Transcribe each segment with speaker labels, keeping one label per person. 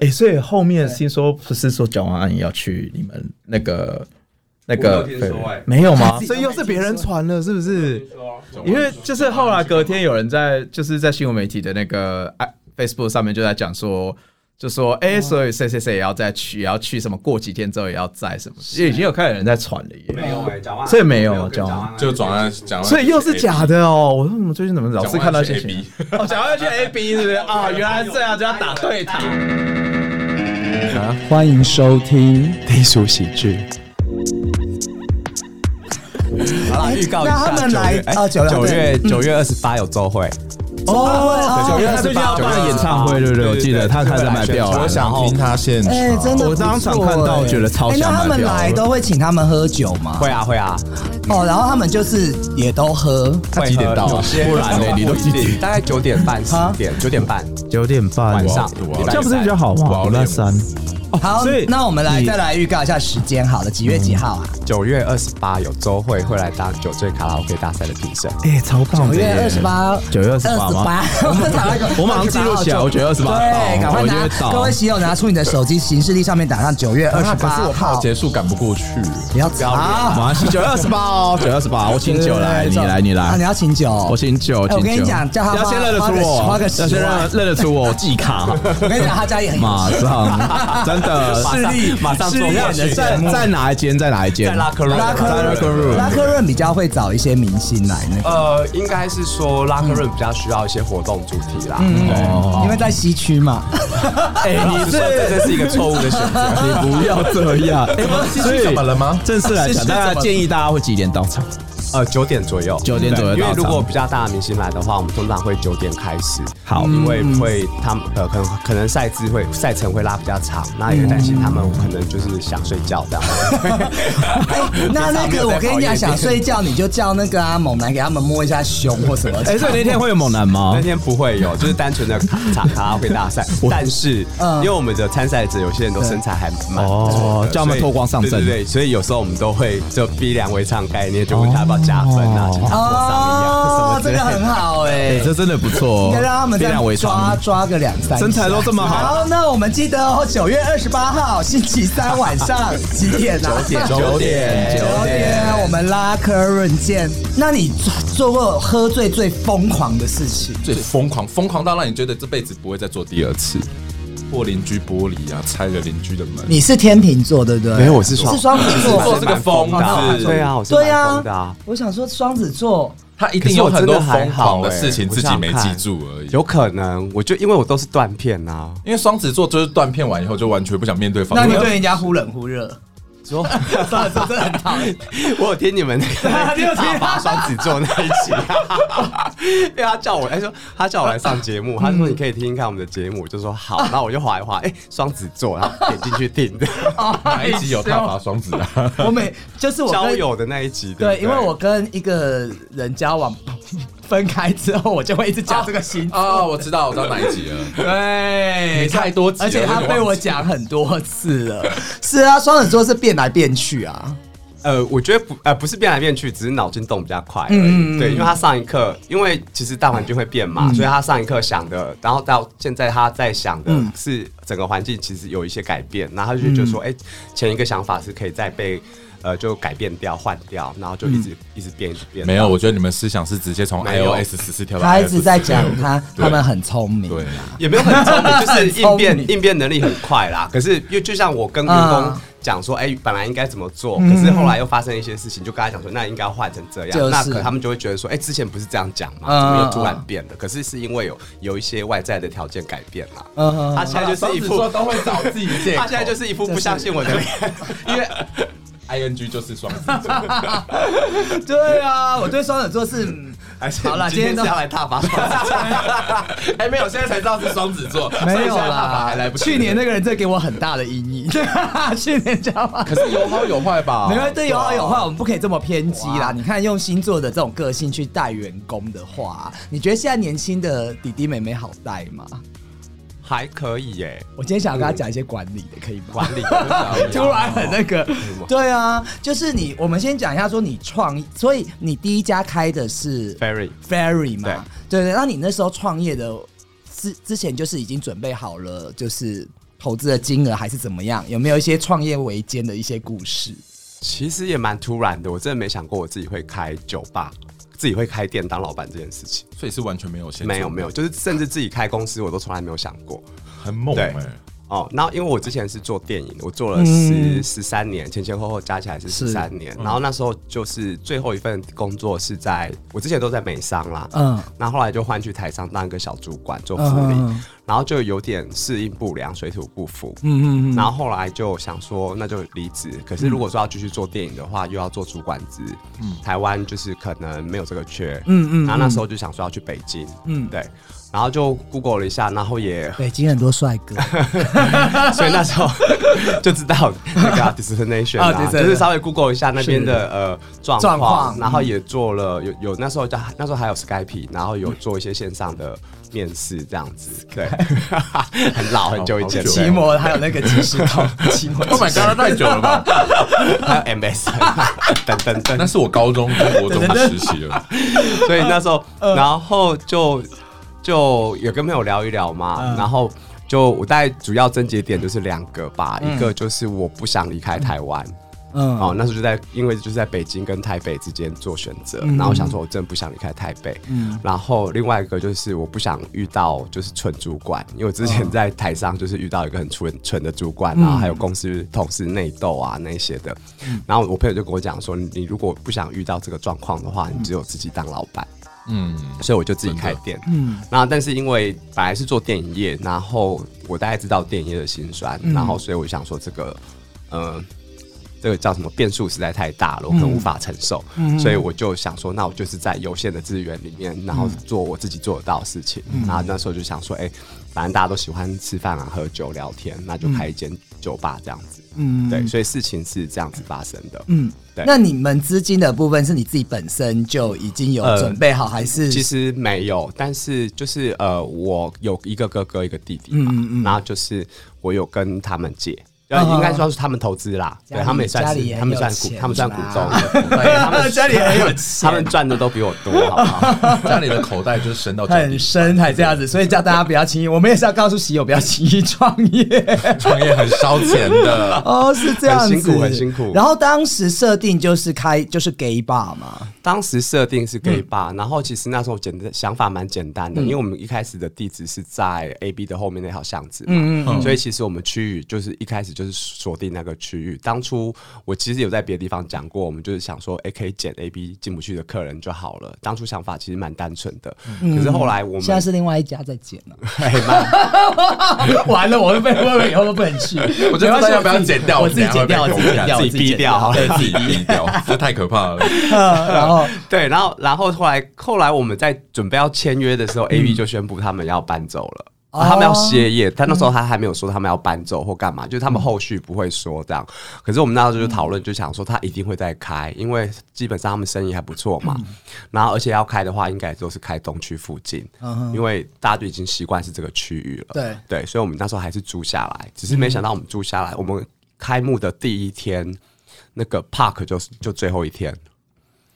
Speaker 1: 哎、所以后面听说不是说蒋万安也要去你们那个那
Speaker 2: 我
Speaker 1: 个
Speaker 2: 没有听说哎
Speaker 1: 没有吗？
Speaker 3: 所以又是别人传了，是不是？
Speaker 1: 因为就是后来隔天有人在就是在新闻媒体的那个啊 Facebook 上面就在讲说，就说哎、诶所以谁谁谁也要再去，也要去什么，过几天之后也要在什么，也已经有开始有人在传了耶。
Speaker 2: 没有哎，讲完
Speaker 1: 所以没有讲完
Speaker 2: 完
Speaker 4: 就转案讲哎完，
Speaker 1: 所以又是假的哦！我说我最近怎么老
Speaker 4: 讲完
Speaker 1: 是看到一些
Speaker 4: 是 AB
Speaker 1: 哦，想要去 A B 是不是啊？原来是这样，就要打对台。
Speaker 5: 欢迎收听低俗喜剧。
Speaker 6: 好了，预告一下，
Speaker 3: 那他们来啊九
Speaker 6: 九
Speaker 3: 月
Speaker 6: 月九月
Speaker 3: 对
Speaker 6: 九月二十八有周会，
Speaker 3: 哦，
Speaker 6: 九月
Speaker 1: 他
Speaker 6: 二
Speaker 1: 最
Speaker 6: 十
Speaker 1: 近要
Speaker 6: 八
Speaker 1: 办
Speaker 6: 演唱
Speaker 1: 会对不对我记得他开始卖票了
Speaker 4: 我想听他现场，
Speaker 3: 哎，真的不错哎，
Speaker 1: 我当场看到觉得超
Speaker 3: 哎
Speaker 1: 想
Speaker 3: 那他
Speaker 1: 买
Speaker 3: 们
Speaker 1: 票
Speaker 3: 来都会请他们喝酒吗？
Speaker 6: 会啊会啊，
Speaker 3: 哦，然后他们就是也都喝。
Speaker 6: 会
Speaker 4: 几点到啊
Speaker 6: 有些
Speaker 4: 不然呢你都几点
Speaker 6: 大概九点半十
Speaker 3: 啊
Speaker 6: 点九点半
Speaker 7: 九点半
Speaker 6: 晚上，
Speaker 4: 哇
Speaker 6: 礼
Speaker 7: 这
Speaker 6: 拜
Speaker 7: 样不是
Speaker 6: 三
Speaker 7: 比较好
Speaker 4: 哇
Speaker 7: 吗？
Speaker 4: 我
Speaker 7: 礼拜三，
Speaker 3: 好
Speaker 7: 所以，
Speaker 3: 那我们来
Speaker 7: 你嗯
Speaker 3: 再来预告一下时间，好了，几月几号啊？
Speaker 6: 九月二十八有周会会来当酒醉卡拉 OK 大赛的评审，
Speaker 7: 哎，超棒
Speaker 3: 九
Speaker 7: 的耶！
Speaker 3: 月二十八，
Speaker 7: 九月二十八吗？
Speaker 3: 八，我们 打那个，
Speaker 7: 我马上记录起来我九月28
Speaker 3: 对，
Speaker 7: 到
Speaker 3: 赶快
Speaker 7: 我就
Speaker 3: 拿
Speaker 7: 会，到啊
Speaker 3: 各位喜友拿出你的手机行事历上面打上九月二十
Speaker 7: 啊
Speaker 3: 八号，
Speaker 4: 结束赶不过去，
Speaker 3: 不要吵，啊
Speaker 7: 马来西亚九月二十八哦，九月二十八，我请酒来，你来，你
Speaker 3: 啊，你
Speaker 7: 来，
Speaker 3: 要请酒，
Speaker 7: 我请酒，
Speaker 3: 哎我
Speaker 7: 请酒
Speaker 3: 跟你讲，叫他
Speaker 7: 要先
Speaker 3: 花
Speaker 7: 认得
Speaker 3: 花
Speaker 7: 出
Speaker 3: 个
Speaker 7: 我，
Speaker 3: 花个十
Speaker 7: 要先
Speaker 3: 万
Speaker 7: 认，认得出我，记卡，
Speaker 3: 我跟你讲，他家里很有
Speaker 7: 马
Speaker 3: 钱
Speaker 7: 上，真的，
Speaker 6: 马上马上做下去，
Speaker 7: 在在哪一间？在哪一间？
Speaker 6: 在拉克瑞，
Speaker 3: 拉克
Speaker 7: 在拉克瑞
Speaker 3: 拉克润比较会找一些明星来那个，
Speaker 6: 呃，应该是说拉克润比较需要一些活动主题啦。
Speaker 7: 哦
Speaker 3: 因为在西 区嘛，
Speaker 6: 哎，你这这真是一个错误的选择。
Speaker 7: 你不要这样。
Speaker 4: 哎
Speaker 7: 所以
Speaker 4: 怎么了吗？
Speaker 7: 正式来讲，大家建议大家会几点到场？
Speaker 6: 呃，九点左右，
Speaker 7: 9点左右
Speaker 6: 对因
Speaker 7: 到场
Speaker 6: 为如果比较大的明星来的话，我们通常会九点开始。
Speaker 7: 好
Speaker 6: 因为会他们呃，可能可能赛制会赛程会拉比较长，那也会担心他们可能就是想睡觉这样。
Speaker 7: 哦
Speaker 3: 那那个我跟你讲，想睡觉你就叫那个啊猛男给他们摸一下胸或什么，
Speaker 7: 哎，所以那天会有猛男吗
Speaker 6: 那？天不 会有，就是单纯的卡卡卡拉会大赛。但是，
Speaker 3: 嗯
Speaker 6: 因为我们的参赛者有些人都身材还蛮不错
Speaker 7: 哦
Speaker 6: 的，
Speaker 7: 叫他们
Speaker 6: 所以
Speaker 7: 脱光上阵
Speaker 6: 对对对，所以有时候我们都会就逼良为娼概念，就问他要不要加分啊，
Speaker 7: 哦
Speaker 6: 请他脱上衣啊，什
Speaker 3: 哦
Speaker 6: 么，之
Speaker 3: 这
Speaker 6: 类
Speaker 3: 个
Speaker 6: 的。
Speaker 3: 很好哎
Speaker 7: 哎，，这真的不错哦，
Speaker 3: 应该让他们
Speaker 7: 非
Speaker 3: 再
Speaker 7: 常伪
Speaker 3: 抓
Speaker 7: 装。
Speaker 3: 抓个两三下，
Speaker 7: 身材都这么好
Speaker 3: 好，那我们记得哦，九月二十八号星期三晚上几点啊？九点，
Speaker 7: 九点
Speaker 3: 九点，我们拉科润见。那你做做过喝醉最疯狂的事情？
Speaker 4: 最疯狂，疯狂到让你觉得这辈子不会再做第二次，破邻居玻璃啊，拆了邻居的门。
Speaker 3: 你是天秤座对不对？
Speaker 6: 没有我是双
Speaker 3: 是双子
Speaker 4: 我
Speaker 3: 座
Speaker 4: 是。这个疯
Speaker 6: 蛮的，
Speaker 4: 子
Speaker 6: 对啊，我是
Speaker 3: 对
Speaker 6: 蛮疯的
Speaker 3: 啊
Speaker 6: 啊。，
Speaker 3: 我想说双子座，
Speaker 4: 他一定有很多疯狂的事情自己没记住而已。
Speaker 6: 有可能，我就因为我都是断片啊，
Speaker 4: 因为双子座就是断片完以后就完全不想面对方。
Speaker 3: 那你对人家忽冷 忽热，
Speaker 6: 说
Speaker 3: 双子座真的很讨厌。
Speaker 6: 我有 听你们那个大拔双子座那一集、啊，因为他叫我，他说他叫我来上节目，他说你可以听听看我们的节目，我就说好，然后我就划一划，哎、双子座，然后点进去听的，
Speaker 4: 哪一集有大法双子啊？
Speaker 3: 我每就是我
Speaker 6: 交
Speaker 3: 跟
Speaker 6: 友的那一集，对
Speaker 3: 对，
Speaker 6: 不对，
Speaker 3: 因为我跟一个人交往分开之后，我就会一直讲这个星座。
Speaker 4: 啊，我知道，我知道哪一集了。
Speaker 3: 对
Speaker 4: 你太多集了
Speaker 3: 而且他
Speaker 4: 我有点
Speaker 3: 被我
Speaker 4: 忘记
Speaker 3: 讲很多次了。是啊，双子座是变来变去啊。
Speaker 6: 呃，我觉得不，呃，不是变来变去，只是脑筋动比较快而已。
Speaker 3: 嗯嗯嗯嗯
Speaker 6: 对，因为他上一刻，因为其实大环境会变嘛，所以他上一刻想的，然后到现在他在想的
Speaker 3: 嗯
Speaker 6: 是整个环境其实有一些改变，然后他就觉得说，哎、前一个想法是可以再被呃就改变掉、换掉，然后就一
Speaker 3: 嗯
Speaker 6: 直、一直变、一直变。
Speaker 4: 没有，我觉得你们思想是直接从
Speaker 6: 没有
Speaker 4: iOS 十四跳到
Speaker 3: 他一直
Speaker 4: iOS
Speaker 3: 在讲他，
Speaker 4: 对
Speaker 3: 他们很聪明。
Speaker 4: 对，
Speaker 6: 也没有很聪明，就是应
Speaker 3: 很聪
Speaker 6: 变
Speaker 3: 明
Speaker 6: 应变能力很快啦。可是又就像我跟员工
Speaker 3: 嗯
Speaker 6: 讲说，哎、本来应该怎么做，可是后来又发生一些事情，就跟他讲说，那应该要换成这样。
Speaker 3: 就是
Speaker 6: 那可他们就会觉得说，哎、之前不是这样讲嘛，
Speaker 3: 嗯
Speaker 6: 怎么又突然变了？可是是因为有有一些外在的条件改变啦。
Speaker 3: 嗯，
Speaker 6: 他现在就是一副，
Speaker 4: 都会找自己 借
Speaker 6: 他现 在就是一副不相信我的脸，因为
Speaker 4: ING 就是双子座，
Speaker 3: 对啊，我对双子座是嗯
Speaker 6: 还是
Speaker 3: 好啦
Speaker 6: 今
Speaker 3: 今天
Speaker 6: 天
Speaker 3: 都
Speaker 6: 是要来踏伐
Speaker 4: 哎，没有，现在才知道是双子座，
Speaker 3: 没有
Speaker 4: 所以现在爸爸
Speaker 3: 啦
Speaker 4: 还来。不及。
Speaker 3: 去年那个人真的给我很大的阴影。 去年交往。
Speaker 4: 可是哦啊有好有坏吧？
Speaker 3: 没有对有好有坏，我们不可以这么偏激啦。你看，用星座的这种个性去带员工的话，你觉得现在年轻的弟弟妹妹好带吗？
Speaker 6: 还可以耶、
Speaker 3: 我今天想要跟他讲一些管理的，可以吗？
Speaker 6: 管理的
Speaker 3: 突然很那个，对啊，就是你，我们先讲一下说你创，所以你第一家开的是
Speaker 6: very。
Speaker 3: Ferry 嘛，对对，那你那时候创业的之之前就是已经准备好了，就是。投资的金额还是怎么样？有没有一些创业维艰的一些故事？
Speaker 6: 其实也蛮突然的，我真的没想过我自己会开酒吧，自己会开店当老板这件事情。
Speaker 4: 所以是完全没有先
Speaker 6: 没有没有，就是甚至自己开公司我都从来没有想过。
Speaker 4: 很猛
Speaker 6: 对
Speaker 4: 哎、
Speaker 6: 哦，那因为我之前是做电影的，我做了
Speaker 3: 嗯
Speaker 6: 十十三年，前前后后加起来是十三年。然后那时候就是最后一份工作是在我之前都在美商啦，
Speaker 3: 嗯
Speaker 6: 嗯，那后来就换去台商当一个小主管做
Speaker 3: 嗯
Speaker 6: 副理，
Speaker 3: 嗯嗯
Speaker 6: 然后就有点适应不良，水土不服，
Speaker 3: 嗯嗯嗯，
Speaker 6: 然后后来就想说，那就离职。可是如果说要继续做电影的话，又要做主管职，台湾就是可能没有这个缺，
Speaker 3: 嗯嗯嗯
Speaker 6: 然后那时候就想说要去北京，
Speaker 3: 嗯
Speaker 6: 嗯，对。然后就 Google 了一下，然后也，
Speaker 3: 北京很多帅哥，
Speaker 6: 所以那时候就知道那个啊 discrimination
Speaker 3: 啊
Speaker 6: 啊，
Speaker 3: 对对
Speaker 6: 就是稍微 Google 一下那边的呃状
Speaker 3: 状
Speaker 6: 况
Speaker 3: 况，嗯
Speaker 6: 然后也做了有有那时候叫那时候还有 Skype，然后有做一些线上的面试这样子，对， 很老很久以前，
Speaker 3: 奇摩还有那个即时 通，奇摩
Speaker 4: Oh my god，太久了吧？
Speaker 6: 还有 MS 等等 等
Speaker 4: 那是我高中跟国中的实习了，
Speaker 6: 所以那时候，
Speaker 3: 嗯
Speaker 6: 然后就就有跟朋友聊一聊嘛，
Speaker 3: 嗯
Speaker 6: 然后就我大概主要症结点就是两个吧，一个就是我不想离开台湾。
Speaker 3: 嗯
Speaker 6: 哦，那时候就在，因为就是在北京跟台北之间做选择，
Speaker 3: 嗯
Speaker 6: 然后我想说，我真的不想离开台北。
Speaker 3: 嗯
Speaker 6: 然后另外一个就是我不想遇到就是蠢主管，因为我之
Speaker 3: 嗯
Speaker 6: 前在台上就是遇到一个很蠢蠢的主管，然后还有公司同事内斗啊那一些的。
Speaker 3: 嗯
Speaker 6: 然后我朋友就跟我讲说，你你如果不想遇到这个状况的话，你只有自己当老板。
Speaker 4: 嗯，
Speaker 6: 所以我就自己开店。
Speaker 3: 嗯
Speaker 6: 嗯，然后但是因为本来是做电影业，然后我大概知道电影业的辛酸，
Speaker 3: 嗯
Speaker 6: 然后所以我想说这个，呃，这个叫什么变数实在太大
Speaker 3: 嗯
Speaker 6: 了，我可能无法承受，所以我就想说，那我就是在有限的资源里面，然后做我自己做得到的事情。
Speaker 3: 嗯
Speaker 6: 然后那时候就想说，哎、反正大家都喜欢吃饭啊、喝酒、聊天，那就开一间酒吧这样子。
Speaker 3: 嗯
Speaker 6: 对，所以事情是这样子发生的。
Speaker 3: 嗯，
Speaker 6: 对
Speaker 3: 那你们资金的部分是你自己本身就已经有
Speaker 6: 呃
Speaker 3: 准备好，还是
Speaker 6: 其实没有，但是就是呃，我有一个哥哥一个弟弟嘛，
Speaker 3: 嗯嗯嗯
Speaker 6: 然后就是我有跟他们借。呃，应该说是他们投资啦，
Speaker 3: 家
Speaker 6: 对
Speaker 3: 里
Speaker 6: 他们也算
Speaker 3: 家里
Speaker 6: 是，
Speaker 3: 也
Speaker 6: 他们
Speaker 3: 有
Speaker 6: 算
Speaker 3: 钱
Speaker 6: 股
Speaker 3: 啦，
Speaker 6: 他们算股 东，对，他们家里很有钱，他们赚的都比我多，好不好？
Speaker 4: 嗯家里的口袋就是伸到脚
Speaker 3: 很
Speaker 4: 底，
Speaker 3: 深还这样子？所以叫大家不要轻易，我们也是要告诉喜友不要轻易创业。
Speaker 4: 创业很烧钱 的。
Speaker 3: 哦，是这样子，
Speaker 6: 很辛苦很辛苦
Speaker 3: 然后当时设定就是开就是 gay bar 嘛，
Speaker 6: 当时设定
Speaker 3: 嗯
Speaker 6: 是 gay bar，、然后其实那时候简单想法蛮简单的，因为我们一开始的地址是在 A B 的后面那条巷子嘛，
Speaker 3: 嗯
Speaker 6: 所以其实我们区域就是一开始就是锁定那个区域。当初我其实有在别的地方讲过，我们就是想说，哎、可以减 A B 进不去的客人就好了。当初想法其实蛮单纯的，可是后来我们
Speaker 3: 嗯现在是另外一家在剪了。
Speaker 6: 哎妈
Speaker 3: 完了，我会被会不会以后都不能去？
Speaker 4: 我觉得大家不要剪掉，
Speaker 3: 我自己剪掉，我
Speaker 4: 等
Speaker 3: 自
Speaker 4: 一
Speaker 3: 己
Speaker 4: 下
Speaker 3: 剪
Speaker 4: 会被
Speaker 3: 掉，
Speaker 4: 我
Speaker 3: 我
Speaker 4: 自己逼
Speaker 3: 剪
Speaker 4: 掉，
Speaker 3: 掉
Speaker 4: 对自 己逼掉，这太可怕了。
Speaker 3: 嗯然后
Speaker 6: 对，然后然后后来后来我们在准备要签约的时候、a B 就宣布他们要搬走了。
Speaker 3: 嗯哦嗯
Speaker 6: 啊他们要歇业，但那时候他还没有说他们要搬走或干嘛，就是他们后续不会说这样。可是我们那时
Speaker 3: 嗯
Speaker 6: 候就讨论，就想说他一定会再开，因为基本上他们生意还不错嘛。
Speaker 3: 嗯
Speaker 6: 然后而且要开的话，应该都是开东区附近，因为大家都已经习惯是这个区域了。
Speaker 3: 嗯对嗯
Speaker 6: 对，所以我们那时候还是租下来，只是没想到我们租下来，我们开幕的第一天，那个 Park 就是就最后一天。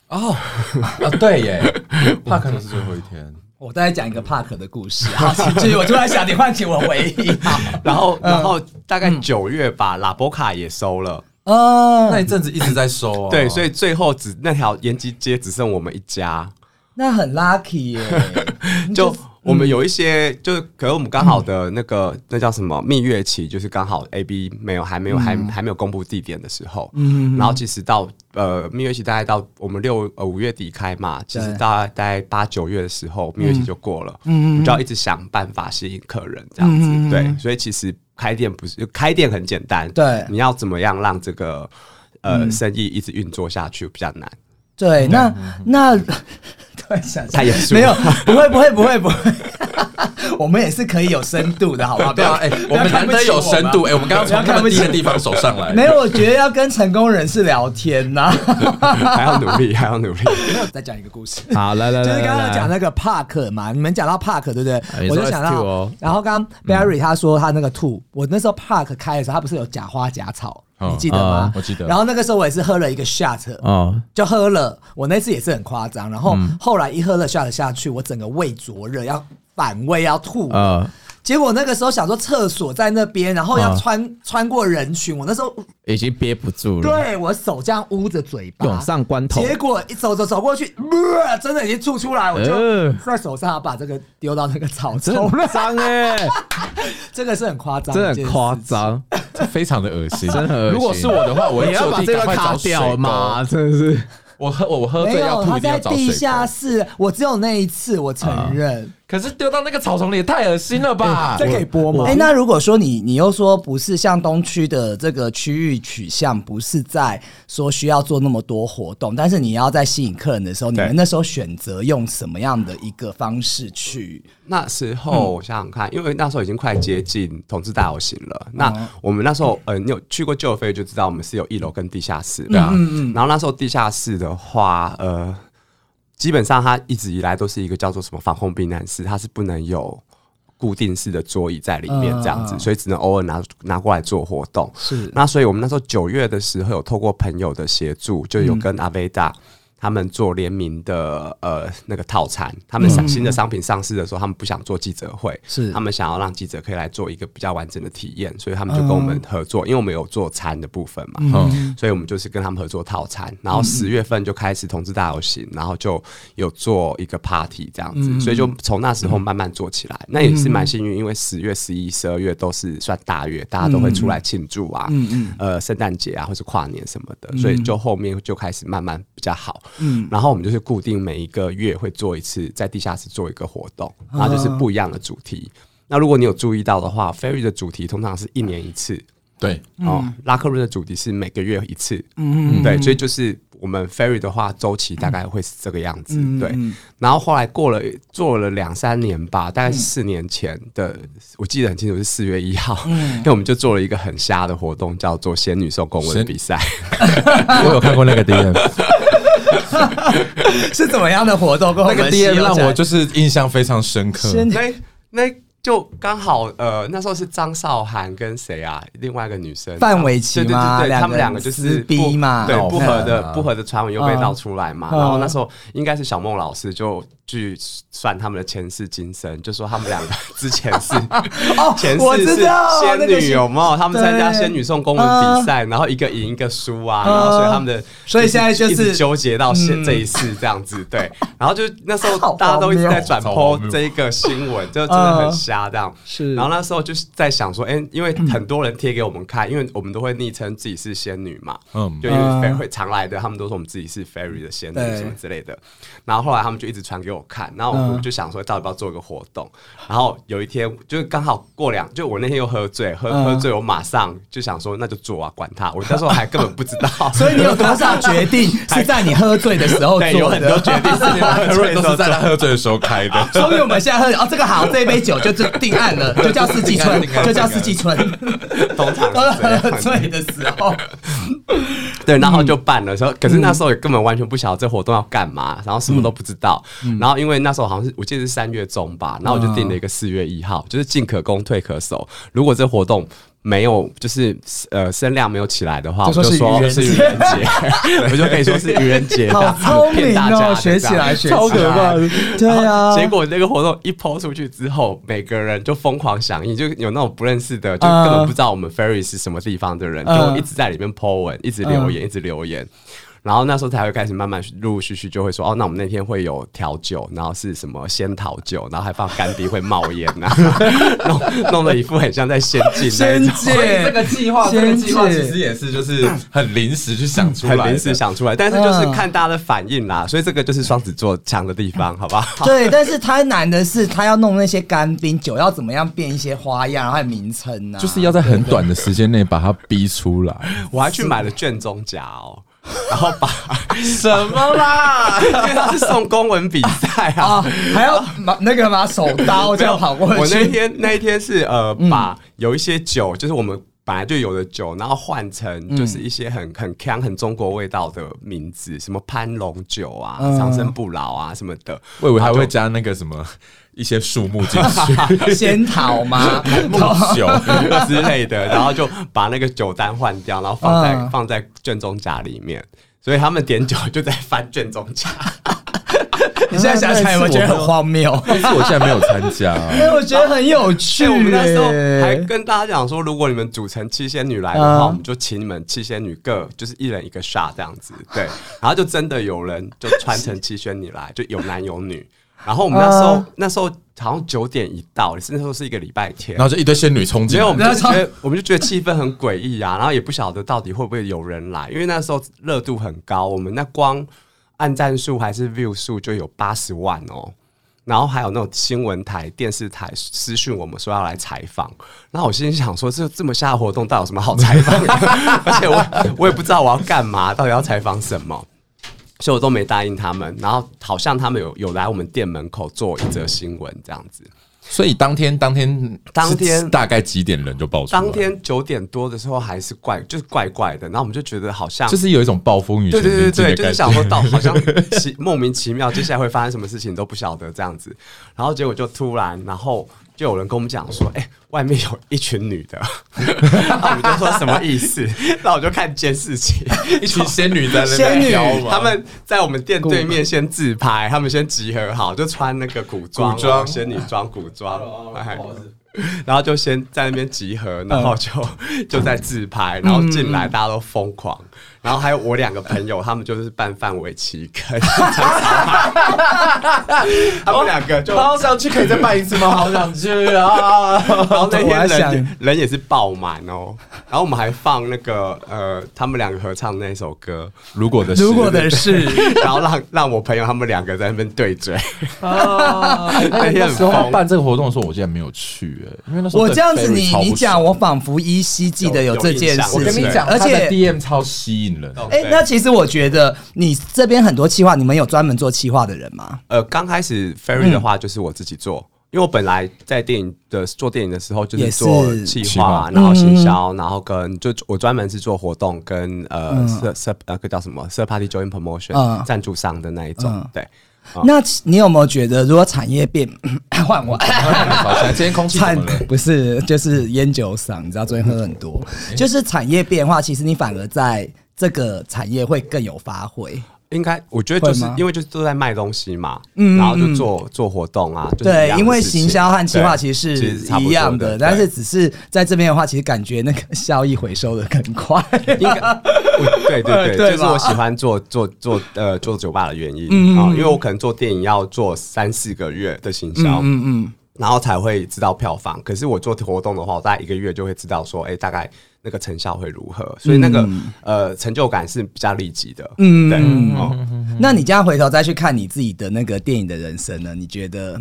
Speaker 4: 哦，啊对 耶，那可能是最后一天。
Speaker 3: 我再讲一个帕克的故事。 好，请继续。我突然想，你唤起我回 忆。
Speaker 6: 然后，然后大概九月吧，拉波卡也收了，
Speaker 3: 嗯，
Speaker 4: 那一阵子一直在收哦，
Speaker 6: 对，所
Speaker 4: 以
Speaker 6: 以最后只那条延吉街只剩我们一家，
Speaker 3: 那很 lucky 耶、
Speaker 6: 就嗯我们有一些，就是可能我们刚好的那个那叫什么蜜月期，就是刚好 A B 没有还没有还还没有公布地点的时候，嗯，然后其实到呃蜜月期大概到我们六呃五月底开嘛，其实
Speaker 3: 对
Speaker 6: 大概大概八九月的时候蜜月期就过了，嗯，就要一直想办法吸引客人这样子，对，所以其实开店不是开店很简单，
Speaker 3: 对
Speaker 6: 你要怎么样让这个呃生意一直运作下去比较难，
Speaker 3: 对，那
Speaker 4: 嗯
Speaker 3: 那 突然想起来
Speaker 6: 太严肃了
Speaker 3: 没有，不会，不会，不会，不 会。我们也是可以有深度的，好不好？
Speaker 4: 对啊，哎， 我们难得有深度，哎，我们刚刚从
Speaker 3: 不要
Speaker 4: 那
Speaker 3: 看
Speaker 4: 么
Speaker 3: 不
Speaker 4: 低
Speaker 3: 起
Speaker 4: 的地方手上来，
Speaker 3: 没有，我觉得要跟成功人士聊天 呐、
Speaker 6: 还要努力，还要努力。
Speaker 3: 再讲一个故 事。
Speaker 1: 好，来来来，
Speaker 3: 就是刚
Speaker 1: 来
Speaker 3: 刚
Speaker 1: 来
Speaker 3: 讲那个帕克嘛，你们讲到帕克对不对？
Speaker 1: 你
Speaker 3: 我
Speaker 1: 说
Speaker 3: 就想
Speaker 1: S2
Speaker 3: 到
Speaker 1: 哦，
Speaker 3: 然后刚刚 Barry 他说他那个吐，我那时候帕克开的时候，他不是有假花假草，
Speaker 4: 嗯
Speaker 3: 你记得吗
Speaker 1: 啊
Speaker 4: 嗯？我记得
Speaker 3: 然后那个时候我也是喝了一个 shot，
Speaker 1: 哦，嗯
Speaker 3: 就喝了，我那次也是很夸张，然后后来一喝了 shot 下去，我整个胃灼热，要反胃要吐，
Speaker 1: 呃，
Speaker 3: 结果那个时候想说厕所在那边，然
Speaker 1: 啊
Speaker 3: 后要穿、穿过人群，我那时候
Speaker 1: 已经憋不住了，
Speaker 3: 对我手这样捂着嘴巴，
Speaker 7: 涌上关头，
Speaker 3: 结果一走走走过去，呃真的已经吐出来，我就
Speaker 1: 呃
Speaker 3: 在手上把这个丢到那个草
Speaker 7: 真的
Speaker 3: 丛，
Speaker 7: 很脏哎、
Speaker 3: 这个是很夸张，
Speaker 7: 真的很夸。张，
Speaker 4: 这 非常的恶心，
Speaker 7: 真的很恶心
Speaker 4: 如果是我的话，我
Speaker 7: 你
Speaker 4: 会
Speaker 7: 要
Speaker 4: 就
Speaker 7: 把
Speaker 4: 地
Speaker 7: 这
Speaker 4: 赶
Speaker 7: 个
Speaker 4: 快
Speaker 7: 卡
Speaker 4: 找水
Speaker 7: 掉
Speaker 4: 沟。
Speaker 7: 嘛，真的 是。
Speaker 4: 我喝我我喝
Speaker 3: 没
Speaker 4: 醉要
Speaker 3: 有，
Speaker 4: 吐，
Speaker 3: 他
Speaker 4: 一定
Speaker 3: 在
Speaker 4: 要找水
Speaker 3: 地下
Speaker 4: 沟。
Speaker 3: 室，我只有那一次，我承认。
Speaker 4: 可是丢到那个草丛里也太恶心了吧？
Speaker 3: 可以播吗？哎、那如果说你你又说不是像东区的这个区域取向，不是在说需要做那么多活动，但是你要在吸引客人的时候，你们那时候选择用什么样的一个方式去？
Speaker 6: 那时候我想想看，因为那时候已经快接近统治大游行了。那我们那时候，呃，你有去过旧飞就知道，我们是有一楼跟地下室的。嗯嗯。然后那时候地下室的话，呃，基本上它一直以来都是一个叫做什么防控避难室，它是不能有固定式的桌椅在里面
Speaker 3: 嗯
Speaker 6: 这样子，
Speaker 3: 嗯
Speaker 6: 所以只能偶尔拿拿过来做活动。
Speaker 3: 是
Speaker 6: 那所以我们那时候九月的时候，有透过朋友的协助，就有
Speaker 3: 嗯
Speaker 6: 跟阿维达。他们做联名的呃那个套餐，他们想新的商品上市的时候，他们不想做记者会，
Speaker 3: 是
Speaker 6: 他们想要让记者可以来做一个比较完整的体验，所以他们就跟我
Speaker 3: 嗯
Speaker 6: 们合作，因为我们有做餐的部分嘛，
Speaker 4: 啊
Speaker 6: 嗯，所以我们就是跟他们合作套餐，然后十月份就开始同志大游行，然后就有做一个 party 这样子，所以就从那时候慢慢做起来，那也是蛮幸运，因为十月、十一、十二月都是算大月，大家都会出来庆祝啊，嗯嗯，呃，圣诞节啊或是跨年什么的，所以就后面就开始慢慢比较好，嗯，然后我们就是固定每一个月会做一次，在地下室做一个活动，然后就是不一样的主题。那如果你有注意到的话，Ferry 的主题通常是一年一次，
Speaker 4: 对，
Speaker 6: 哦，拉克瑞的主题是每个月一次，嗯，对，所以就是我们 ferry 的话，周期大概会是这个样子，对。然后后来过了做了两三年吧，大概四年前的，我记得很清楚是四月一号， 因为我们就做了一个很瞎的活动，叫做仙女送公文比赛。
Speaker 4: 我有看过那个 DM，
Speaker 3: 是怎么样的活动？跟我
Speaker 4: 那
Speaker 3: 们
Speaker 4: 个
Speaker 3: 西游
Speaker 4: DM 让
Speaker 3: 展
Speaker 4: 我就是印象非常深刻。
Speaker 3: 仙女
Speaker 6: 那那就刚好呃，那时候是张韶涵跟谁啊？另外一个女生
Speaker 3: 范玮琪
Speaker 6: 对对
Speaker 3: 吗
Speaker 6: 对对，
Speaker 3: 两
Speaker 6: 他们
Speaker 3: 个人
Speaker 6: 两个就
Speaker 3: 撕
Speaker 6: 是
Speaker 3: 逼
Speaker 6: 不
Speaker 3: 嘛
Speaker 6: 对
Speaker 3: 哦
Speaker 6: 不合的不合的传闻又被
Speaker 3: 嗯
Speaker 6: 闹出来嘛。然后那时候应该是小孟老师就去算他们的前世今生，就说他们两个之前是
Speaker 3: 哦
Speaker 6: 前
Speaker 3: 我
Speaker 6: 世是
Speaker 3: 知道那
Speaker 6: 仙
Speaker 3: 个
Speaker 6: 女啊
Speaker 3: 是
Speaker 6: 有没有？他们参加
Speaker 3: 对嗯
Speaker 6: 仙女送公文比赛，然后一个赢一个输啊，然后所以他们的
Speaker 3: 所以现在就是嗯
Speaker 6: 一直纠结到现这一世这样子对。然后就那时
Speaker 3: 好
Speaker 6: 候大家都一直
Speaker 3: 荒
Speaker 6: 在
Speaker 3: 谬嗯
Speaker 6: 转
Speaker 4: 超
Speaker 6: 播
Speaker 4: 荒谬
Speaker 6: 这一个新闻，就真的很瞎这样。
Speaker 3: 是
Speaker 6: 然后那时候就是在想说，哎、因为很多人贴给我们看，因为我们都会昵称自己是仙女嘛，
Speaker 4: 嗯
Speaker 6: 就因为
Speaker 3: 嗯
Speaker 6: fairy 会常来的，他们都说我们自己是 fairy 的仙女
Speaker 3: 对
Speaker 6: 什么之类的。然后后来他们就一直传给我看，然后
Speaker 3: 嗯
Speaker 6: 我们就想说，到底要不要做一个活动？然后有一天就是刚好过两，就我那天又喝醉，喝、
Speaker 3: 嗯
Speaker 6: 喝醉，我马上就想说那就做啊，管他！我那时候还根本不知道，
Speaker 3: 所以你有多少决定是在你喝醉的时候
Speaker 6: 哎对有
Speaker 3: 做
Speaker 6: 很多
Speaker 3: 的？
Speaker 6: 决定是你们喝醉的时
Speaker 4: 都
Speaker 6: 候
Speaker 4: 是
Speaker 6: 做
Speaker 4: 在他喝醉的时候开的。
Speaker 3: 所以我们现在喝哦，这个好，这杯酒就是定案了，就叫四季春
Speaker 4: 定案定，案
Speaker 3: 就叫四季春。
Speaker 6: 通常
Speaker 3: 都
Speaker 6: 是这样
Speaker 3: 喝醉的时 候，
Speaker 6: 对，然后
Speaker 3: 嗯
Speaker 6: 就办了。时候，可是那时候也根本完全不晓得这活动要干嘛，然后什么都不知道。
Speaker 3: 嗯
Speaker 6: 然后因为那时候好像是我记得是三月中吧，然后我
Speaker 3: 啊
Speaker 6: 就定了一个四月一号，就是进可攻退可守。如果这活动没有就是呃声量没有起来的话，我
Speaker 3: 就
Speaker 6: 就
Speaker 3: 说
Speaker 6: 说是
Speaker 3: 是愚
Speaker 6: 愚人节， 我就可以说是愚人节，
Speaker 3: 好聪明
Speaker 6: 骗大家
Speaker 3: 哦，
Speaker 6: 的
Speaker 3: 学起
Speaker 6: 这样
Speaker 3: 来，学超可怕的， 对啊，
Speaker 6: 结果那个活动一抛出去之后，每个人就疯狂响应，就有那种不认识的，就根本不知道我们 Ferry 是什么地方的人，就
Speaker 3: 嗯
Speaker 6: 一直在里面 po 文，一直留言，一直留言。然后那时候才会开始慢慢陆陆续续就会说哦，那我们那天会有调酒，然后是什么仙桃酒，然后还放干冰会冒烟 呐、弄弄了一副很像在仙境那一
Speaker 3: 仙
Speaker 6: 种。
Speaker 3: 姐，
Speaker 4: 这个计划，这个计划
Speaker 3: 仙
Speaker 4: 其
Speaker 3: 姐
Speaker 4: 实也是就是很临时去想出来
Speaker 6: 很
Speaker 4: 的，
Speaker 6: 临时想出来，但是就是
Speaker 3: 嗯
Speaker 6: 看大家的反应啦，所以这个就是双子座强的地
Speaker 3: 嗯
Speaker 6: 方，好不好？
Speaker 3: 对，但是他难的是他要弄那些干冰酒，要怎么样变一些花样，然后还有名称呢、啊？
Speaker 7: 就是要在很短的时间内把它逼出来。
Speaker 6: 我还去买了卷宗夹 哦，然后把什么啦？ 因为他是送公文比赛
Speaker 3: 啊
Speaker 6: 啊。，
Speaker 3: 还要拿那个嘛手刀这样跑过 去。嗯
Speaker 6: 我那天那一天是呃，把有一些酒，就是我们本来就有的酒，然后换
Speaker 3: 嗯
Speaker 6: 成就是一些很很强、很中国味道的名字，什么潘龙酒啊、
Speaker 3: 嗯
Speaker 6: 长生不老啊什么的。
Speaker 4: 我以为还会加那个什么一些树木进 去，
Speaker 3: 仙桃 吗？
Speaker 4: 木酒。
Speaker 6: 之类的，然后就把那个酒单换掉，然后放在、
Speaker 3: 嗯
Speaker 6: 放在卷宗夹里面，所以他们点酒就在翻卷宗夹。
Speaker 3: 你现在想起来有没有觉得很荒谬？
Speaker 4: 但是我现在没有参加，
Speaker 3: 因为我觉得很有趣、
Speaker 6: 哎所以我们那时候还
Speaker 3: 欸
Speaker 6: 跟大家讲说，如果你们组成七仙女来的话，
Speaker 3: 嗯
Speaker 6: 我们就请你们七仙女各就是一人一个 shot 这样子，对。然后就真的有人就穿成七仙女来，就有男有女。然后我们那时候、那时候好像九点一到，是那时候是一个礼拜天
Speaker 4: 然。后就一堆仙女冲进
Speaker 6: 没
Speaker 4: 来
Speaker 6: 有，我，们就 觉得我们就觉得气氛很诡异啊，然后也不晓得到底会不会有人来，因为那时候热度很高，我们那光按赞数还是 view 数就有八十万哦。然后还有那种新闻台、电视台私讯我们说要来采访，然后我心里想说，这这么下的活动到底有什么好采访 的？而且我我也不知道我要干嘛，到底要采访什么。所以我都没答应他们，然后好像他们有有来我们店门口做一则新闻这样子，
Speaker 4: 所以当天当天
Speaker 6: 当天
Speaker 4: 是大概几点人就爆出来？
Speaker 6: 当天九点多的时候还是怪，就是怪怪的，然后我们就觉得好
Speaker 3: 啊
Speaker 6: 像
Speaker 4: 就是有一种暴风雨
Speaker 6: 对
Speaker 4: 前
Speaker 6: 对对
Speaker 4: 临近的
Speaker 6: 对，
Speaker 4: 感觉，
Speaker 6: 就是想说到好像奇 莫名其妙，接下来会发生什么事情都不晓得这样子，然后结果就突然，然后就有人跟我们讲说，哎、外面有一群女的， 然后我们就说什么意思？ 然后我就看监视器，
Speaker 4: 一群仙女在那
Speaker 3: 仙女
Speaker 4: 边飘嘛，
Speaker 6: 他们在我们店对面先自拍，他们先集合好，就穿那个古装、
Speaker 4: 古装
Speaker 6: 仙女装、古装，哎然后就先在那边集合，然后就、
Speaker 4: 嗯
Speaker 6: 就在自拍，然后进来大家都疯狂，然后还有我两个朋友，他们就是扮范玮琪 跟张韶涵，他们两个就
Speaker 7: 好
Speaker 4: 哦
Speaker 7: 想去，可以再办一次 吗？好想去 啊！
Speaker 6: 然后那
Speaker 3: 我还
Speaker 6: 天
Speaker 3: 想
Speaker 6: 人人也是爆满哦，然后我们还放那个呃，他们两个合唱那首歌，
Speaker 4: 如果的
Speaker 3: 如果的是，
Speaker 6: 然后让让我朋友他们两个在那边对嘴，
Speaker 3: 哦
Speaker 6: 那天
Speaker 4: 哎那
Speaker 6: 很
Speaker 4: 时候
Speaker 6: 疯。
Speaker 4: 办这个活动的时候，我竟然没有去、哎，因为那时候
Speaker 3: 哎我
Speaker 4: 对
Speaker 3: 这样子
Speaker 4: Barry
Speaker 3: 你
Speaker 4: 超不
Speaker 3: 你
Speaker 4: 熟
Speaker 3: 讲，我仿佛依稀记得有这件事情。
Speaker 6: 有有印象我跟你
Speaker 4: 讲
Speaker 3: 而
Speaker 4: 他的
Speaker 3: 且。
Speaker 4: DM 超吸引人，
Speaker 3: 哎、那其实我觉得你这边很多企划，你们有专门做企划的人吗？
Speaker 6: 呃，刚开始 Ferry
Speaker 3: 嗯
Speaker 6: 的话就是我自己做，因为我本来在电影的做电影的时候就
Speaker 3: 也
Speaker 6: 是
Speaker 3: 是嗯
Speaker 6: 做企
Speaker 4: 企划
Speaker 6: 划，然后行销，然后跟就我专门是做活动跟呃社社那个叫什么社 party join
Speaker 3: 嗯
Speaker 6: promotion 赞助商的那一种
Speaker 3: 嗯，
Speaker 6: 对。
Speaker 3: 那你有没有觉得，如果产业变 换我，
Speaker 4: 好像今天空嗯气怎
Speaker 3: 产
Speaker 4: 么了？
Speaker 3: 不是就是烟酒嗓，你知道昨天喝很多，就是产业变化，其实你反而在这个产业会更有发挥。
Speaker 6: 应该，我觉得就是
Speaker 3: 会吗
Speaker 6: 因为就是都在卖东西嘛，
Speaker 3: 嗯
Speaker 6: 然后就
Speaker 3: 嗯
Speaker 6: 做做活动啊，就是一
Speaker 3: 对
Speaker 6: 样，的
Speaker 3: 因为
Speaker 6: 事情
Speaker 3: 行销和企划
Speaker 6: 对
Speaker 3: 其实
Speaker 6: 其
Speaker 3: 是
Speaker 6: 实差不
Speaker 3: 一
Speaker 6: 多
Speaker 3: 样
Speaker 6: 的
Speaker 3: 的，但
Speaker 6: 对
Speaker 3: 是只是在这边的话，其实感觉那个效益回收的更 快。
Speaker 6: 应该，我对对
Speaker 3: 对
Speaker 6: 呃对，
Speaker 3: 吧
Speaker 6: 这是我喜欢做做做呃做酒吧的原因啊、因为我可能做电影要做三四个月的行销，嗯嗯，然后才会知道票房。可是我做活动的话，我大概一个月就会知道说，哎、大概那个成效会如何，所以那个、呃成就感是比较立即的，嗯，对，哦，
Speaker 3: 那你这样回头再去看你自己的那个电影的人生呢？你觉得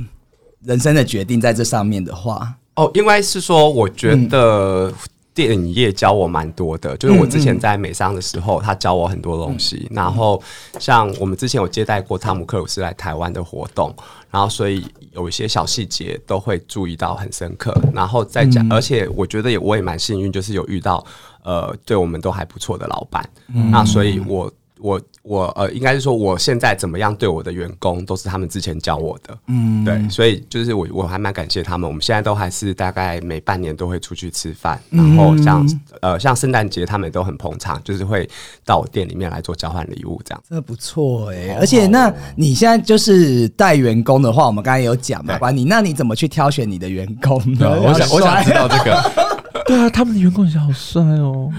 Speaker 3: 人生的决定在这上面的话，
Speaker 6: 哦，因为是说，我觉得电影业教我蛮多的，就是我之前在美商的时候，他教我很多东西。然后像我们之前有接待过汤姆克鲁斯来台湾的活动，然后所以有一些小细节都会注意到很深刻。然后再讲，而且我觉得也我也蛮幸运，就是有遇到呃对我们都还不错的老板。那所以我。我我呃，应该是说我现在怎么样对我的员工，都是他们之前教我的。嗯，对，所以就是我我还蛮感谢他们。我们现在都还是大概每半年都会出去吃饭，然后像、呃像圣诞节他们也都很捧场，就是会到我店里面来做交换礼物这样。
Speaker 3: 真的不错哎、
Speaker 6: 哦
Speaker 3: 而且那你现在就是带员工的话，我们刚才有讲嘛，
Speaker 6: 对
Speaker 3: 管你，那你怎么去挑选你的员工呢？
Speaker 4: 啊我想我想知道这个，
Speaker 5: 对啊，他们的员工也好帅哦。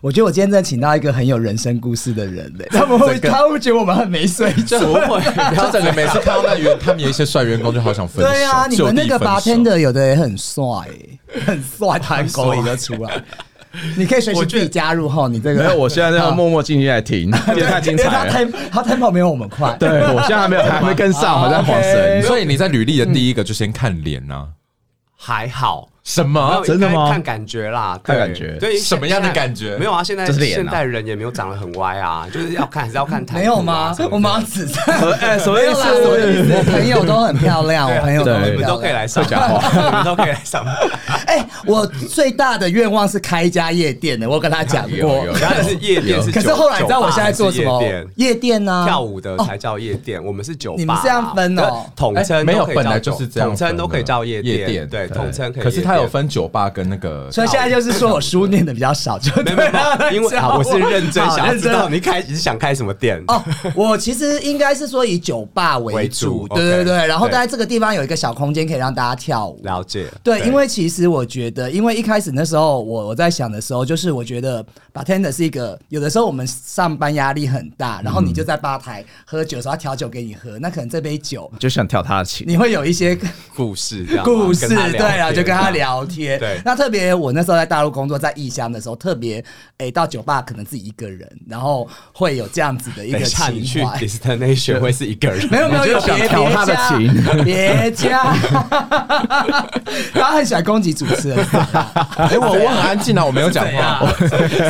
Speaker 3: 我觉得我今天真的请到一个很有人生故事的人 嘞、他们会他会觉得我们很没水
Speaker 4: 就
Speaker 3: 准。
Speaker 4: 不会，就整个每次看到那员，他们有一些帅员工就好想分手。
Speaker 3: 对啊，你
Speaker 4: 就
Speaker 3: 们
Speaker 4: 地
Speaker 3: 那个
Speaker 4: 分手
Speaker 3: bartender 有的也很帅、欸 很帅，弹口里就出来。你可以随时自己加入哈，你这个
Speaker 1: 没有，我现在在
Speaker 3: 好
Speaker 1: 默默静静在听，因为太精
Speaker 3: 因为
Speaker 1: 彩
Speaker 3: 他
Speaker 1: 了。
Speaker 3: tempo 他 tempo 没有我们快。
Speaker 1: 对，我现在还没有，还没跟上，我在晃
Speaker 4: 嗯
Speaker 1: 神。
Speaker 4: 所以你在履历的第一个就先看脸啊？
Speaker 3: 嗯
Speaker 6: 还好，
Speaker 4: 什
Speaker 6: 没
Speaker 4: 么
Speaker 6: 有？
Speaker 1: 真的
Speaker 6: 应该
Speaker 1: 吗
Speaker 6: 看感觉啦，
Speaker 1: 看
Speaker 6: 对
Speaker 1: 感觉
Speaker 6: 对，
Speaker 4: 什么样的感觉
Speaker 6: 现在没有啊，现在
Speaker 1: 就是脸啊
Speaker 6: 现代人也没有长得很歪啊，就是要看还是要看啊台、
Speaker 3: 没有吗？我马上指赞。
Speaker 1: 哎，什么
Speaker 3: 没有
Speaker 1: 意
Speaker 3: 啦，
Speaker 1: 思？
Speaker 3: 我的意思，我朋友都很漂亮，我朋友都
Speaker 1: 对
Speaker 3: 很
Speaker 6: 哎你们
Speaker 3: 漂
Speaker 6: 啊都可以
Speaker 3: 亮。
Speaker 6: 来上讲 话，你们都可以来上。
Speaker 3: 哎、我最大的愿望是开一家夜店欸的，我跟他讲过。
Speaker 6: 当然是夜店是酒，
Speaker 3: 可是后来你知道我现在做什
Speaker 6: 酒吧
Speaker 3: 么
Speaker 6: 是夜店？
Speaker 3: 夜店啊呢、
Speaker 6: 跳舞的才叫夜店，我们是酒吧啊。
Speaker 3: 你们是这样分哦
Speaker 6: 对统
Speaker 4: 哎
Speaker 6: 称
Speaker 4: 没有
Speaker 6: 都可以
Speaker 4: 本来
Speaker 6: 叫酒
Speaker 4: 就是这样
Speaker 6: 统
Speaker 4: 分
Speaker 6: 称
Speaker 4: 的
Speaker 6: 都可以叫夜
Speaker 4: 夜店
Speaker 6: 对，
Speaker 4: 对
Speaker 6: 统称可以。
Speaker 4: 可是它还有分酒吧跟那个，
Speaker 3: 所以现在 就是说我书念的比较少，就
Speaker 6: 没
Speaker 3: 对
Speaker 6: 有没有
Speaker 3: 了
Speaker 6: 没有，因为啊，我是认真
Speaker 3: 好
Speaker 6: 想要
Speaker 3: 认
Speaker 6: 知
Speaker 3: 真
Speaker 6: 道你开你想开什么店
Speaker 3: 哦，我其实应该是说以酒吧为
Speaker 6: 为
Speaker 3: 主，
Speaker 6: 主
Speaker 3: 对对
Speaker 6: OK，
Speaker 3: 对。然后
Speaker 6: 对
Speaker 3: 在这个地方有一个小空间可以让大家跳舞。
Speaker 6: 了解了
Speaker 3: 对，因为其实我觉得，因为一开始那时候我我在想的时候，就是我觉得 bartender 是一个有的时候我们上班压力很大，然后你就在吧台喝酒的时候他调酒给你喝，那可能这杯酒
Speaker 6: 嗯
Speaker 1: 就想跳他的琴。
Speaker 3: 你会有一些
Speaker 6: 故事这样吗
Speaker 3: 故事，
Speaker 6: 跟他聊
Speaker 3: 对啊，
Speaker 6: 天
Speaker 3: 就跟他聊天。
Speaker 6: 对
Speaker 3: 那特别我那时候在大陆工作，在异乡的时候，特别哎、到酒吧可能自己一个人，然后会有这样子的一
Speaker 6: 等
Speaker 3: 个
Speaker 6: 一下你去
Speaker 3: 情怀。
Speaker 6: destination 会是一个人，
Speaker 3: 没有没有，
Speaker 1: 你就
Speaker 3: 有
Speaker 1: 想
Speaker 3: 别
Speaker 1: 挑他的
Speaker 3: 别加，别加，他很喜欢攻击主持人。
Speaker 4: 哎，我我很安静啊，我没有讲
Speaker 3: 怎
Speaker 4: 话
Speaker 3: 样。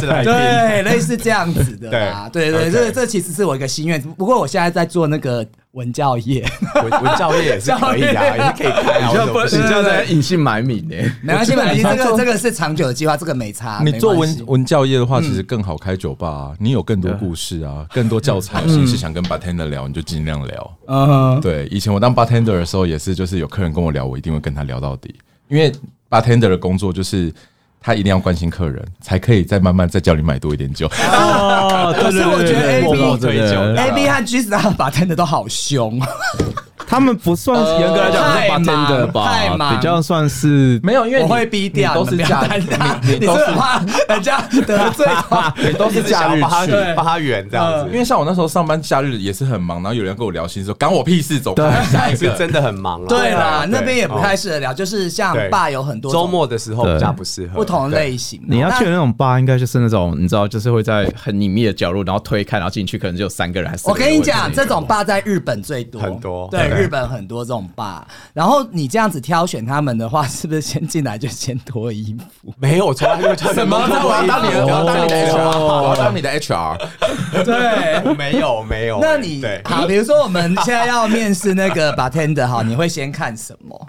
Speaker 6: 是来宾。
Speaker 3: 对，类似这样子的啦。对对，
Speaker 6: OK
Speaker 3: 这这其实是我一个心愿。不过我现在在做那个文 教业，
Speaker 6: 文文教业也是可以的啊，也是可以开啊。
Speaker 1: 你这
Speaker 6: 为什
Speaker 1: 样
Speaker 6: 么
Speaker 1: 不，
Speaker 6: 不
Speaker 1: 你
Speaker 6: 是
Speaker 1: 这样在隐姓埋名欸呢、
Speaker 3: 没关 系，
Speaker 4: 我知道
Speaker 3: 没
Speaker 4: 你
Speaker 3: 关系，
Speaker 4: 在
Speaker 3: 这个
Speaker 4: 做
Speaker 3: 这个是长久的计划，这个没差。
Speaker 4: 你做
Speaker 3: 没关系
Speaker 4: 文文教业的话，其实更好开酒吧啊，你有更多故事啊，更多教材，有心事想跟 bartender 聊，你就尽量聊。
Speaker 3: 嗯哼，
Speaker 4: 对，以前我当 bartender 的时候也是，就是有客人跟我聊，我一定会跟他聊到底，因为 bartender 的工作就是他一定要关心客人，才可以再慢慢再叫你买多一点酒。
Speaker 1: 哦，
Speaker 3: 可是我觉得 A
Speaker 1: 我
Speaker 3: B
Speaker 1: 懂这个
Speaker 3: A B 和 G Star 把 t e n d 都好凶，
Speaker 5: 他们不算是
Speaker 1: 严格来讲，
Speaker 3: 太
Speaker 1: 是
Speaker 3: 忙
Speaker 1: bartender
Speaker 3: 太忙
Speaker 1: 吧，比较算是
Speaker 4: 没有，因为
Speaker 3: 我
Speaker 4: 你
Speaker 3: 会逼掉，
Speaker 4: 你都是
Speaker 3: 们不要
Speaker 4: 假，
Speaker 3: 担
Speaker 4: 你
Speaker 3: 当
Speaker 4: 你
Speaker 3: 你
Speaker 4: 都
Speaker 3: 是
Speaker 4: 是
Speaker 3: 怕人家得罪 他。
Speaker 4: 你都
Speaker 6: 一
Speaker 4: 是
Speaker 6: 直想要
Speaker 4: 假日
Speaker 6: 帮他
Speaker 4: 去。
Speaker 6: 帮他圆这样
Speaker 4: 因
Speaker 6: 子，
Speaker 4: 为像我那时候上班，假日也是很忙，然后有人跟我聊心事，说干我屁事，走开。下一
Speaker 6: 是
Speaker 4: 个
Speaker 6: 真的很忙啊。
Speaker 3: 对啦，
Speaker 6: 对
Speaker 3: 那边也
Speaker 4: 哦
Speaker 3: 不太适合聊，就是像
Speaker 6: 对
Speaker 3: 爸有很多种
Speaker 6: 周末的时候比较不适合。
Speaker 3: 不同的类型嘛。
Speaker 1: 你要
Speaker 3: 那
Speaker 1: 去的那种吧，应该就是那种你知道，就是会在很隐秘的角落，然后推开，然后进去，可能只有三个人还是
Speaker 3: 我跟你讲，这种坝在日本最多，
Speaker 6: 很多
Speaker 3: 对
Speaker 6: 对
Speaker 3: 日本很多这种坝。然后你这样子挑选他们的话，是不是先进来就先脱衣服？
Speaker 6: 没有，从来没有叫
Speaker 4: 什么？ 那我要当你的，我要当你
Speaker 6: 哦
Speaker 4: 的 HR，我要当你的 HR。
Speaker 3: 对。
Speaker 6: 我没有没有。
Speaker 3: 那你
Speaker 6: 对
Speaker 3: 好，比如说我们现在要面试那个 bartender 哈，你会先看什么？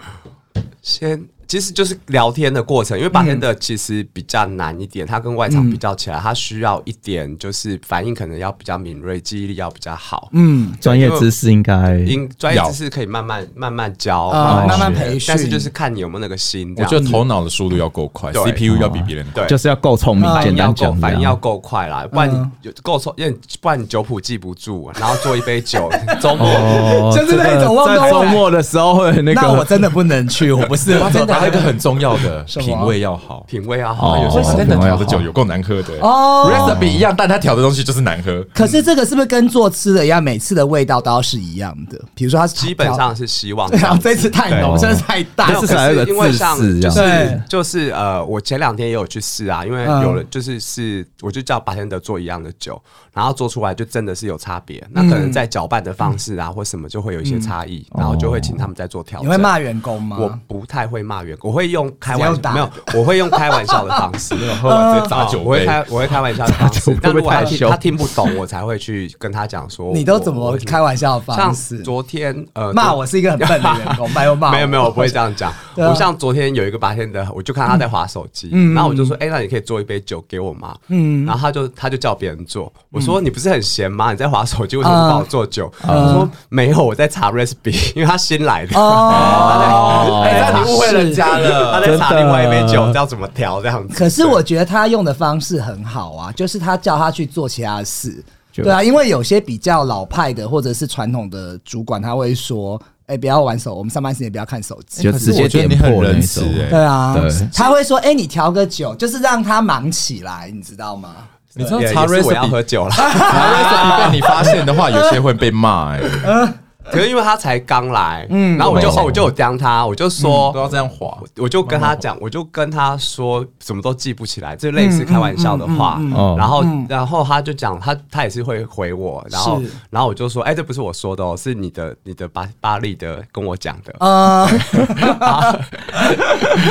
Speaker 6: 先。其实就是聊天的过程，因为 bartender
Speaker 3: 嗯
Speaker 6: 其实比较难一点，它跟外场比较起来，它需要一点就是反应可能要比较敏锐，记忆力要比较好。
Speaker 3: 嗯，
Speaker 5: 专业知识应该
Speaker 6: 因专业知识可以慢慢慢慢教，
Speaker 3: 啊
Speaker 6: 慢
Speaker 3: 慢慢
Speaker 6: 学
Speaker 3: 培训
Speaker 6: 但是就是看你有没有那个心这
Speaker 4: 我
Speaker 6: 样。
Speaker 4: 觉得头脑的速度要够快
Speaker 6: 对
Speaker 4: ，CPU 要比别人快。
Speaker 6: 对，
Speaker 1: 就是要够聪明，
Speaker 6: 反
Speaker 1: 简
Speaker 6: 应要
Speaker 1: 单
Speaker 6: 够，
Speaker 1: 讲，啊嗯
Speaker 6: 反应要够快啦，不然你有够错，因为不然你酒谱记不住，然后做一杯 酒，周末
Speaker 1: 哦，
Speaker 3: 就是那
Speaker 1: 这个
Speaker 3: 种忘
Speaker 1: 在
Speaker 3: 东
Speaker 1: 周
Speaker 3: 忘
Speaker 1: 末的时候会那
Speaker 3: 那我
Speaker 1: 个，
Speaker 3: 真的不能去，我 不是，我真
Speaker 4: 然后还有一个
Speaker 3: 的
Speaker 4: 很重要的
Speaker 3: 什么
Speaker 4: 品味要好。
Speaker 6: 品味要好，有时
Speaker 4: 所以
Speaker 6: 候
Speaker 1: 哦
Speaker 4: 真的调的酒有够难喝的
Speaker 3: 哦
Speaker 4: recipe 一样，但他调的东西就是难喝。
Speaker 3: 可是这个是不是跟做吃的一样，每次的味道都要是一样的？比如说它是
Speaker 6: 基本 上是 希望
Speaker 3: 对。然后这次太浓，
Speaker 1: 对
Speaker 3: 这次太大，
Speaker 6: 没有
Speaker 1: 但至少
Speaker 6: 可
Speaker 1: 有
Speaker 6: 是
Speaker 1: 个
Speaker 6: 因为
Speaker 1: 自
Speaker 6: 像
Speaker 1: 制
Speaker 6: 就
Speaker 1: 这
Speaker 3: 样
Speaker 6: 是就是呃，我前两天也有去试啊，因为
Speaker 3: 嗯
Speaker 6: 有人就是是，我就叫白天德做一样的酒，然后做出来就真的是有差别，那
Speaker 1: 嗯
Speaker 6: 可能在搅拌的方式啊或什么就会有一些差异，
Speaker 1: 哦
Speaker 6: 然后就会请他们再做调
Speaker 3: 你
Speaker 6: 整。
Speaker 3: 会骂员工吗？
Speaker 6: 我不太会骂员工，我会用开玩
Speaker 3: 直接
Speaker 6: 笑，
Speaker 3: 打
Speaker 6: 没有，我会用开玩笑的方 式，
Speaker 4: 喝完直接砸酒
Speaker 6: 哦我会
Speaker 4: 杯，
Speaker 6: 开我会开玩笑的方
Speaker 1: 酒
Speaker 6: 式
Speaker 1: 杯，
Speaker 6: 但如
Speaker 1: 会不会
Speaker 6: 果他
Speaker 1: 太
Speaker 6: 听
Speaker 1: 凶
Speaker 6: 他听不懂，我才会去跟他讲说，
Speaker 3: 你都怎么开玩笑的
Speaker 6: 我？像
Speaker 3: 方式？
Speaker 6: 昨天呃
Speaker 3: 骂我是一个很笨的员工，没有骂我，
Speaker 6: 没有没有，我不会这样讲。
Speaker 3: 对啊嗯
Speaker 6: 我像昨天有一个白天的，我就看他在划手机，然后我就说：“哎、那你可以做一杯酒给我吗？”嗯，然后他就他就叫别人做。
Speaker 3: 嗯
Speaker 6: 我说：“你不是很闲吗？你在划手机，为什么不帮我做酒？”他说：“没有，我在查 recipe，因为他新来的。
Speaker 3: 哦，
Speaker 6: 哎，那你误会人家了，他在查
Speaker 1: 真的
Speaker 6: 另外一杯酒，要怎么调这样子。
Speaker 3: 可是我觉得他用的方式很好啊，就是他叫他去做其他的事，
Speaker 1: 就
Speaker 3: 对啊，因为有些比较老派的或者是传统的主管，他会说，哎、不要玩手，我们上班时间不要看手机。
Speaker 1: 就直接
Speaker 4: 我觉得
Speaker 1: 点
Speaker 4: 你很
Speaker 1: 破
Speaker 4: 仁
Speaker 1: 那
Speaker 4: 慈
Speaker 1: 种。
Speaker 3: 对
Speaker 4: 哎，
Speaker 3: 啊
Speaker 1: 对，
Speaker 3: 他会说：“哎、你调个酒，就是让他忙起来，你知道吗？
Speaker 4: 你知道
Speaker 6: 也
Speaker 4: 查
Speaker 6: 也是我要
Speaker 4: recipe
Speaker 6: 喝酒了，
Speaker 4: 查 recipe 被你发现的话，有些会被骂 哎，
Speaker 6: 可是因为他才刚来，嗯，然后我就
Speaker 4: 没错
Speaker 6: 哦我就有刁他，我就说
Speaker 4: 都要这样划。
Speaker 6: 我就跟他讲，我就跟他说什么都记不起来，这类似开玩笑的话。然后，然后他就讲，他他也是会回我，然后
Speaker 3: 是，
Speaker 6: 然后我就说，哎，这不是我说的哦，是你的你的巴巴利的跟我讲的。
Speaker 3: 呃，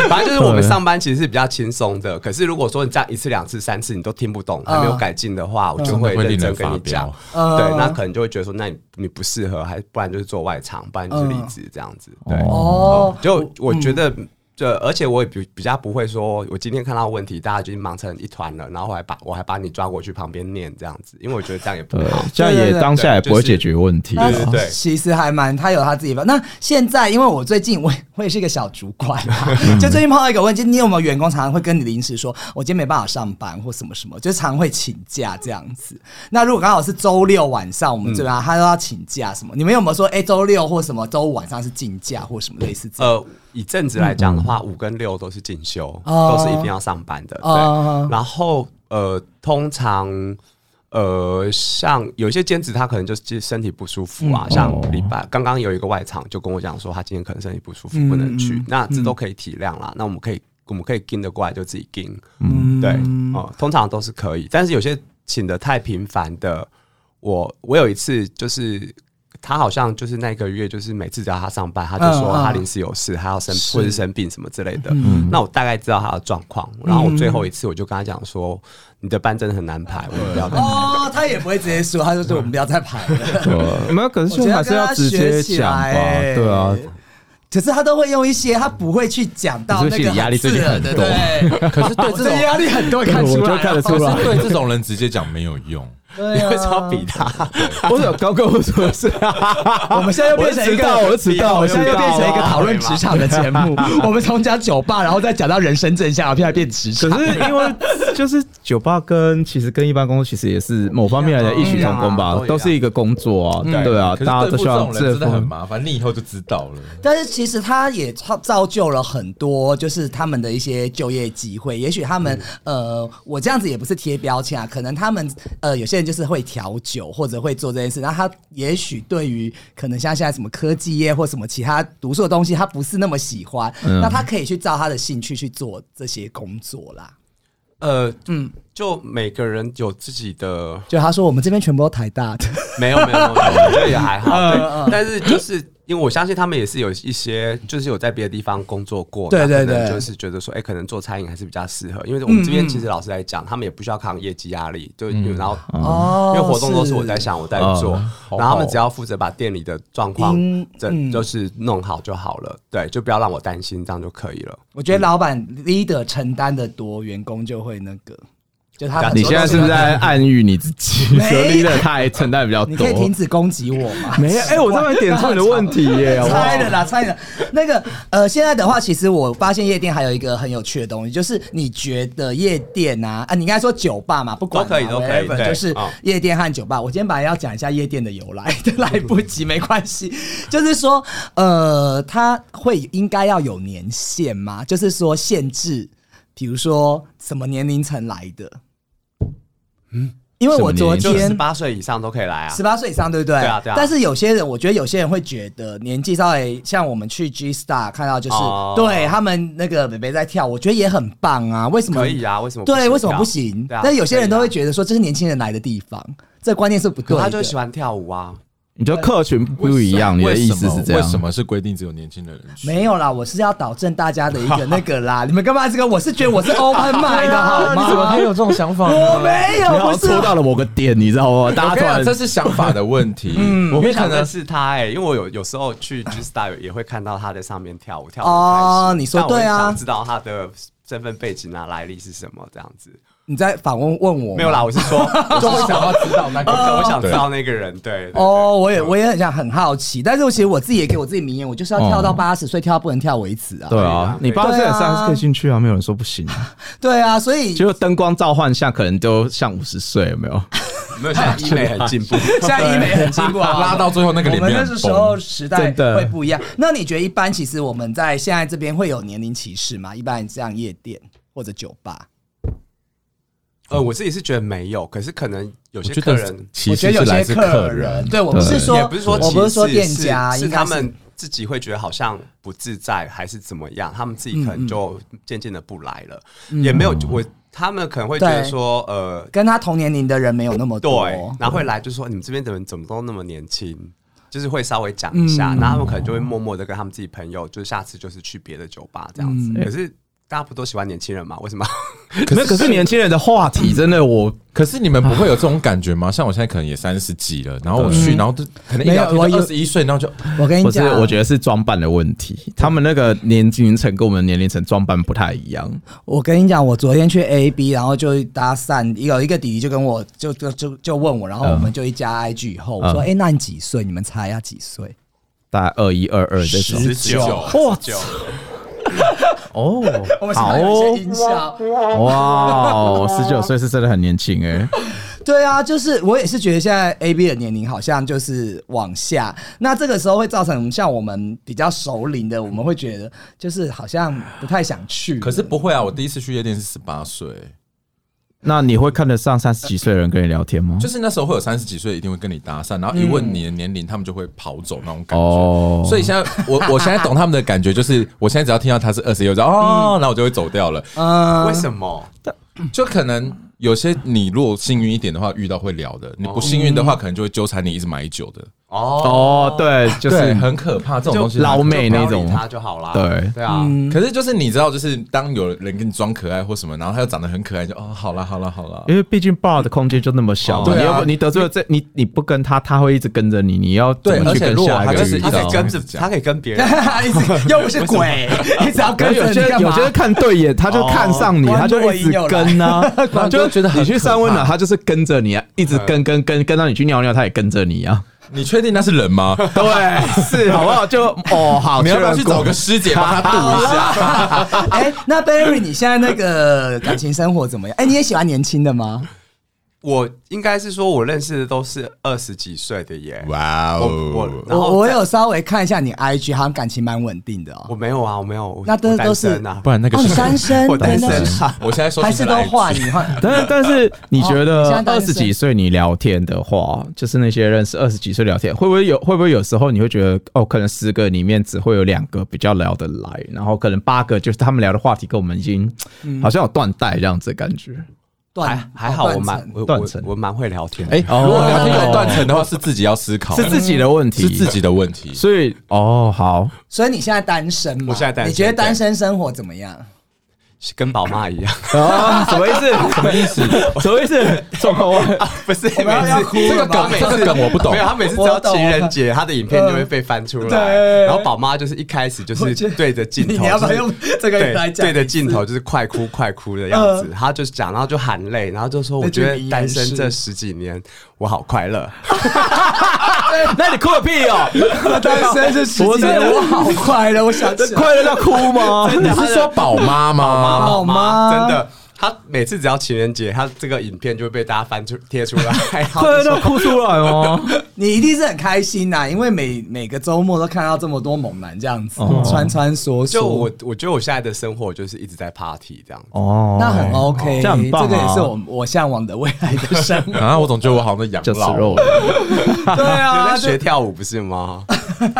Speaker 6: 反正就是我们上班其实是比较轻松的，可是如果说你这样一次、两次、三次你都听不懂，还没有改进的话，我就会
Speaker 4: 真的会
Speaker 6: 认
Speaker 4: 令
Speaker 6: 真
Speaker 4: 人
Speaker 6: 跟
Speaker 4: 发
Speaker 6: 你讲
Speaker 4: 飙。
Speaker 6: 对，那可能就会觉得说，那你你不适合，还不然就是做外场，不然就是离职这样子。对，
Speaker 3: 哦，
Speaker 6: 就我觉得就而且我也比比较不会说，我今天看到问题，大家就已经忙成一团了，然后我还把我还把你抓过去旁边念这样子，因为我觉得这样也不
Speaker 1: 对
Speaker 6: 好。，
Speaker 1: 这样
Speaker 3: 对对
Speaker 1: 也
Speaker 3: 对
Speaker 1: 当下也不会
Speaker 6: 就是
Speaker 1: 解决问题。
Speaker 3: 那
Speaker 6: 对对对
Speaker 3: 其实还蛮，他有他自己吧。那现在，因为我最近我 也我也是一个小主管、啊，
Speaker 6: 嗯
Speaker 3: 就最近碰到一个问题，你有没有员工常常会跟你临时说，我今天没办法上班或什么什么，就常会请假这样子。那如果刚好是周六晚上，我们这边、
Speaker 6: 嗯
Speaker 3: 他都要请假什么，你们有没有说，哎、周六或什么周五晚上是禁假或什么类似这样？
Speaker 6: 呃，以正职来讲的话，五跟六都是进修，
Speaker 3: 嗯哦
Speaker 6: 都是一定要上班的。
Speaker 3: 哦
Speaker 6: 对，然后呃，通常呃，像有一些兼职，他可能就是身体不舒服
Speaker 3: 嗯
Speaker 6: 啊，
Speaker 3: 哦
Speaker 6: 像礼拜刚刚有一个外场就跟我讲说，他今天可能身体不舒
Speaker 3: 嗯
Speaker 6: 服，不能去，那这都可以体谅啦。那我们可以我们可以跟得过来就自己跟，
Speaker 3: 嗯，
Speaker 6: 对，哦、通常都是可以，但是有些请的太频繁的，我我有一次就是。他好像就是那个月，就是每次只要他上班，他就说
Speaker 3: 嗯嗯
Speaker 6: 他临时有事，他要生
Speaker 3: 是嗯
Speaker 6: 或是生病什么之类的。那我大概知道他的状况，然后我最后一次我就跟他讲说，你的班真的很难排，我们不要再排了。
Speaker 3: 嗯哦， 他也不会直接说，他就说我们不要再排了。
Speaker 4: 对
Speaker 5: 没有，可是
Speaker 3: 我觉
Speaker 5: 就
Speaker 3: 得
Speaker 5: 还是要直接讲吧，
Speaker 3: 跟他学起来
Speaker 5: 对啊，
Speaker 3: 可是他都会用一些，他不会去讲到
Speaker 5: 可是
Speaker 3: 那
Speaker 5: 心
Speaker 3: 个
Speaker 5: 理压力最近
Speaker 3: 很
Speaker 5: 很
Speaker 3: 刺耳的
Speaker 5: 多
Speaker 3: 对，
Speaker 4: 可 是对这
Speaker 3: 这
Speaker 4: 种
Speaker 3: 压力很多，看出
Speaker 5: 我
Speaker 3: 来
Speaker 5: 就
Speaker 3: 了
Speaker 5: 看得出
Speaker 4: 可
Speaker 5: 来
Speaker 4: 是。对这种人直接讲没有用。
Speaker 3: 对
Speaker 6: 你
Speaker 3: 啊
Speaker 6: 为什么要比他？
Speaker 5: 我有高跟我说 是，
Speaker 3: 我们现在又变成一个，
Speaker 5: 我就迟到
Speaker 3: 我
Speaker 5: 我
Speaker 3: 现
Speaker 5: 就迟到
Speaker 3: 在又变成一个讨论职场的节目。我们从讲酒吧，然后再讲到人生正向，然后现在变职
Speaker 1: 可
Speaker 3: 场。
Speaker 1: 是因为就是酒吧跟其实跟一般工作其实也是某方面来讲异曲同工吧
Speaker 6: 一样啊都一，样
Speaker 1: 都是一个工作啊，对啊，
Speaker 4: 可是
Speaker 1: 大家
Speaker 4: 对
Speaker 1: 都
Speaker 4: 付
Speaker 1: 希
Speaker 4: 这
Speaker 1: 望
Speaker 4: 种人真的
Speaker 1: 方
Speaker 4: 很麻烦，你以后就知道了。
Speaker 3: 但是其实他也造造就了很多，就是他们的一些就业机会。也许他们、呃，我这样子也不是贴标签啊，可能他们呃，有些人就是会调酒或者会做这件事。然后他也许对于可能像现在什么科技业或什么其他读书的东西，他不是那么喜欢，那他可以去照他的兴趣去做这些工作啦。
Speaker 6: 呃，嗯，就每个人有自己的
Speaker 3: 就他说我们这边全部都台大的，
Speaker 6: 没有没有，没有我觉得也还好。
Speaker 3: 嗯
Speaker 6: 对，但是就是因为我相信他们也是有一些，就是有在别的地方工作过，
Speaker 3: 对对
Speaker 6: 那可能
Speaker 3: 对嗯
Speaker 6: 就是觉得说，哎、可能做餐饮还是比较适合，因为我们这边其实老实来讲，他们也不需要扛业绩压力，就有然后。
Speaker 3: 哦
Speaker 6: 因为活动都是我在想，我在做，然后他们只要负责把店里的状况
Speaker 3: 嗯，嗯
Speaker 6: 整就是弄好就好了，对，就不要让我担心，这样就可以了。
Speaker 3: 我觉得老板 leader 承担的多，员工就会那个，就他很多
Speaker 1: 你现在是不是在暗喻你自己？
Speaker 3: 没有
Speaker 1: 所以的他还承担比较
Speaker 3: 你可以
Speaker 1: 多
Speaker 3: 停。止攻击我吗？
Speaker 1: 没有，哎，我这边点出你的问题 耶，好不好
Speaker 3: 猜的啦，猜的。那个呃，现在的话，其实我发现夜店还有一个很有趣的东西，就是你觉得夜店啊，啊，你刚才说酒吧嘛，不管
Speaker 6: 都可以
Speaker 3: 嘛
Speaker 6: 都可以
Speaker 3: whatever，
Speaker 6: 对
Speaker 3: 就是
Speaker 6: 哦
Speaker 3: 夜店和酒吧。我今天本来要讲一下夜店的由来， 但来不及，没关系。就是说，呃，它会应该要有年限吗？就是说限制，比如说什么年龄层来的？嗯，因为我
Speaker 1: 嗯什么
Speaker 3: 昨
Speaker 1: 年龄
Speaker 3: 天
Speaker 1: 层
Speaker 6: 就十八岁以上都可以来啊，
Speaker 3: 十八岁以上，对不对？
Speaker 6: 对啊对啊
Speaker 3: 但是有些人，我觉得有些人会觉得年纪稍微像我们去 G Star 看到，就是、
Speaker 6: 哦
Speaker 3: 对他们那个北北在跳，我觉得也很棒啊。为什么
Speaker 6: 可以啊，为什么
Speaker 3: 对，
Speaker 6: 行
Speaker 3: 为什么
Speaker 6: 啊
Speaker 3: 不行？
Speaker 6: 对啊
Speaker 3: 但是有些人都
Speaker 6: 可以啊
Speaker 3: 会觉得说这是年轻人来的地方，这观念是不
Speaker 6: 可
Speaker 3: 对的。
Speaker 6: 他就喜欢跳舞啊，
Speaker 1: 你觉得客群不一样，你的意思是这
Speaker 4: 为什
Speaker 1: 样？
Speaker 4: 么是规定只有年轻的人去？
Speaker 3: 没有啦，我是要导正大家的一 个那个啦。你们干嘛这个？我是觉得我是 open mind 的好吗？
Speaker 4: 有这种想法
Speaker 3: 我没
Speaker 1: 你
Speaker 3: 有，
Speaker 1: 好
Speaker 3: 不
Speaker 1: 像
Speaker 3: 是
Speaker 1: 戳到了某个点，你知道吗？
Speaker 4: 我
Speaker 1: 大
Speaker 4: 跟你
Speaker 1: 家
Speaker 4: 讲，
Speaker 1: 突
Speaker 4: 这
Speaker 1: 然
Speaker 4: 是想法的问题。我
Speaker 3: 嗯
Speaker 6: 我
Speaker 4: 们
Speaker 6: 会
Speaker 4: 可
Speaker 6: 想
Speaker 4: 能
Speaker 6: 认识他哎、因为我有有时候去 G Star 也会看到他在上面跳舞，跳舞
Speaker 3: 哦你说对啊
Speaker 6: 想知道他的身份背景啊、来历是什么这样子。
Speaker 3: 你在反问问我
Speaker 6: 没有
Speaker 3: 吗
Speaker 6: 啦，我是 说，我
Speaker 4: 就会想要知道那个
Speaker 6: 我想知道那个人，对。对
Speaker 3: 哦，我也
Speaker 6: 对
Speaker 3: 我也很想很好奇，但是我其实我自己也给我自己名言，我就是要跳
Speaker 6: 哦
Speaker 3: 到八十岁，跳到不能跳为止啊。
Speaker 1: 对啊，你八十岁以上还是可以进去啊， 没有人说不行。
Speaker 3: 对啊，所以
Speaker 1: 结果灯光召唤下，可能都像五十岁，有没有？
Speaker 6: 没有像医美很进步，
Speaker 3: 现在医美很进步啊，
Speaker 4: 拉到最后那个
Speaker 3: 我
Speaker 4: 脸
Speaker 3: 们
Speaker 4: 面
Speaker 3: 那
Speaker 4: 很
Speaker 3: 时候
Speaker 4: 崩。
Speaker 3: 时代
Speaker 1: 真的
Speaker 3: 会不一样。那你觉得一般其实我们在现在这边会有年龄歧视吗？一般像夜店或者酒吧，
Speaker 6: 呃，我自己是觉得没有，可是可能有
Speaker 4: 我
Speaker 6: 些
Speaker 4: 觉
Speaker 6: 客
Speaker 4: 得
Speaker 6: 人
Speaker 4: 其
Speaker 3: 我
Speaker 4: 实
Speaker 3: 觉得有
Speaker 4: 是来
Speaker 3: 些
Speaker 4: 自
Speaker 3: 客
Speaker 4: 客
Speaker 3: 人，
Speaker 4: 人，
Speaker 3: 对我不是说，
Speaker 6: 也不是说歧视，
Speaker 3: 我不是说店家，
Speaker 6: 是
Speaker 3: 应
Speaker 6: 是
Speaker 3: 该
Speaker 6: 他
Speaker 3: 是
Speaker 6: 们自己会觉得好像不自在，还是怎么样，他们自己可
Speaker 3: 嗯
Speaker 6: 能就渐渐的不来了，也没有我，他们可能会觉得
Speaker 3: 对
Speaker 6: 说，呃，
Speaker 3: 跟他同年龄的人没有那么
Speaker 6: 对
Speaker 3: 多。，
Speaker 6: 然后会来就说你们这边的人怎么都那么年轻，就是会稍微讲
Speaker 3: 嗯嗯
Speaker 6: 一下，那、他们可能就会默默的跟他们自己朋友，就是下次就是去别的酒吧这样子。可是大家不都喜欢年轻人嘛？为什么？
Speaker 1: 没有，可是年轻人的话题真的我
Speaker 4: 可是你们不会有这种感觉吗？像我现在可能也三十几了，然后我去，然后就可能一聊
Speaker 3: 嗯没有我有
Speaker 4: 二十一岁，然后就
Speaker 3: 我跟你
Speaker 1: 不是
Speaker 3: 讲，，
Speaker 1: 我觉得是装扮的问题。他们那个年龄层跟我们年龄层装扮不太一样。
Speaker 3: 我跟你讲，我昨天去 A B，然后就搭讪，有一个弟弟就跟我就就就就问我，然后我
Speaker 4: 嗯
Speaker 3: 们就一加 I G 以后，我说：“哎、那你几岁？你们猜一下几岁
Speaker 1: 大概二一二二这种。
Speaker 6: 九，
Speaker 1: 哇
Speaker 6: 九，
Speaker 1: 哦，
Speaker 3: 我们现
Speaker 1: 好
Speaker 3: 在有
Speaker 1: 哦，
Speaker 3: 一些音效
Speaker 1: 哇哦，十九岁是真的很年轻哎。？”
Speaker 3: 对啊，就是我也是觉得现在 A B 的年龄好像就是往下，那这个时候会造成像我们比较熟龄的，我们会觉得就是好像不太想去了。
Speaker 4: 可是不会啊！我第一次去夜店是十八岁，
Speaker 1: 那你会看得上三十几岁的人跟你聊天吗？
Speaker 4: 就是那时候会有三十几岁一定会跟你搭讪，然后一问你的年龄，他们就会跑走那种感觉。
Speaker 1: 哦，
Speaker 4: 所以现在我 我现在懂他们的感觉，就是我现在只要听到他是二十一，我就哦，然后我就会走掉了。
Speaker 3: 嗯
Speaker 6: 为什么？
Speaker 4: 就可能有些你如果幸运一点的话，遇到会聊的；你不幸运的话，可能就会纠缠你一直买酒的，
Speaker 6: 哦，
Speaker 1: 哦，对，就
Speaker 4: 对，
Speaker 1: 是
Speaker 4: 很可怕这种东西。
Speaker 1: 老妹那
Speaker 6: 就不要理
Speaker 1: 种，
Speaker 6: 他就好啦。
Speaker 1: 对
Speaker 6: 对啊，
Speaker 3: 嗯
Speaker 4: 可是就是你知道，就是当有人跟你装可爱或什么，然后他又长得很可爱，就哦，好啦好啦好啦。
Speaker 1: 因为毕竟 bar 的空间就那么小嘛，
Speaker 4: 对啊
Speaker 1: 你又不你得罪了这你你不跟他，他会一直跟着你，你要
Speaker 4: 对
Speaker 1: 怎么去
Speaker 4: 而且
Speaker 1: 跟
Speaker 4: 如果
Speaker 1: 下一
Speaker 4: 他
Speaker 1: 个
Speaker 4: 就是
Speaker 1: 遇
Speaker 6: 他
Speaker 4: 一
Speaker 1: 到
Speaker 4: 直
Speaker 6: 可以跟
Speaker 4: 这
Speaker 6: 着，
Speaker 4: 样
Speaker 6: 他可以跟别 人
Speaker 3: 一直又不是鬼，一直要
Speaker 1: 可
Speaker 3: 跟
Speaker 1: 是有
Speaker 3: 着
Speaker 1: 些
Speaker 3: 你干
Speaker 1: 有
Speaker 3: 嘛？
Speaker 1: 些看对眼，他就看上你，
Speaker 3: 哦
Speaker 1: 他就一直跟 啊，
Speaker 4: 关注
Speaker 1: 就
Speaker 4: 我觉得很
Speaker 1: 你去三温
Speaker 4: 可
Speaker 1: 暖，
Speaker 4: 怕
Speaker 1: 他就是跟着你啊，一直跟跟跟跟到你去尿尿，他也跟着你啊。
Speaker 4: 你确定那是 人吗？
Speaker 1: 对，是好不好？就哦好，
Speaker 4: 你要不要
Speaker 1: 确
Speaker 4: 去
Speaker 1: 认过
Speaker 4: 找个师姐帮他度一下？
Speaker 3: 哎、那 Barry，你现在那个感情生活怎么样？哎、你也喜欢年轻的吗？
Speaker 6: 我应该是说，我认识的都是二十几岁的耶。
Speaker 4: 哇
Speaker 6: 我我然
Speaker 3: 我
Speaker 6: 后
Speaker 3: 我有稍微看一下你 IG，好像感情蛮稳定的哦。
Speaker 6: 我没有啊，我没有，我
Speaker 3: 那都
Speaker 6: 我
Speaker 3: 都是
Speaker 6: 单身啊，
Speaker 4: 不然那个
Speaker 3: 哦，你
Speaker 4: 是
Speaker 3: 单身，
Speaker 6: 我单
Speaker 3: 对那
Speaker 6: 身
Speaker 3: 是
Speaker 6: 啊。
Speaker 4: 我现在说
Speaker 3: 还是都换你换？
Speaker 1: 但是但是，你觉
Speaker 3: 哦
Speaker 1: 得
Speaker 3: 你现在单
Speaker 1: 二
Speaker 3: 身
Speaker 1: 十几岁你聊天的话，就是那些认识二十几岁聊天，会不会有会不会有时候你会觉得哦，可能十个里面只会有两个比较聊得来，然后可能八个就是他们聊的话题跟我们已经好像有断代这样子的感觉。
Speaker 3: 断
Speaker 6: 还还好，我蛮
Speaker 3: 蛮
Speaker 6: 我
Speaker 1: 断
Speaker 6: 我
Speaker 1: 层
Speaker 6: 我蛮会聊天的。
Speaker 4: 哎，如果聊天有断层的话，是自己要思考，
Speaker 1: 是自己的问题，
Speaker 4: 是自。己的问题。
Speaker 1: 所以哦，好，
Speaker 3: 所以你现在单身吗？
Speaker 6: 我现在单身
Speaker 3: 你觉得单身生活怎么样？
Speaker 6: 跟宝妈一样，
Speaker 1: 啊，什么意思？什么意思？什么意思？什么？
Speaker 6: 不是每
Speaker 3: 我们要哭
Speaker 6: 次
Speaker 3: 了吧
Speaker 6: 他每次
Speaker 4: 这个梗我不懂
Speaker 6: 没有，他每次只要情人节，他的影片就会被翻出来。
Speaker 3: 对
Speaker 6: 然后宝妈就是一开始就是对着镜头，
Speaker 3: 你你要不要
Speaker 6: 就是
Speaker 3: 用这个来
Speaker 6: 对
Speaker 3: 讲
Speaker 6: 对着镜头就是快哭快哭的样子
Speaker 3: 嗯？
Speaker 6: 他就是讲，然后就含泪，然后就说：“我觉
Speaker 3: 那就
Speaker 6: 得
Speaker 3: 是
Speaker 6: 单身这十几年，我好快乐。
Speaker 1: 那你哭个屁哦！
Speaker 3: 单身是十几年，我好快乐，我想起来。
Speaker 1: 快乐到哭吗？
Speaker 4: 啊你是说宝妈吗？
Speaker 3: 好吗？
Speaker 6: 真的，他每次只要情人节，他这个影片就会被大家翻出贴出来。然后
Speaker 1: 快乐
Speaker 6: 就
Speaker 1: 到
Speaker 6: 说
Speaker 1: 哭出来吗？
Speaker 3: 你一定是很开心呐、因为每每个周末都看到这么多猛男这样子、穿穿梭梭，
Speaker 6: 就我，我觉得我现在的生活就是一直在 party 这样子。
Speaker 1: 哦
Speaker 3: 那很 OK，、
Speaker 1: 这样很棒啊
Speaker 3: 这个也是我我向往的未来的生 活。
Speaker 4: 啊，我总觉得我好像在养
Speaker 1: 就是
Speaker 4: 老，
Speaker 1: 肉。
Speaker 3: 对
Speaker 6: 你
Speaker 3: 啊，
Speaker 6: 在学跳舞不是吗？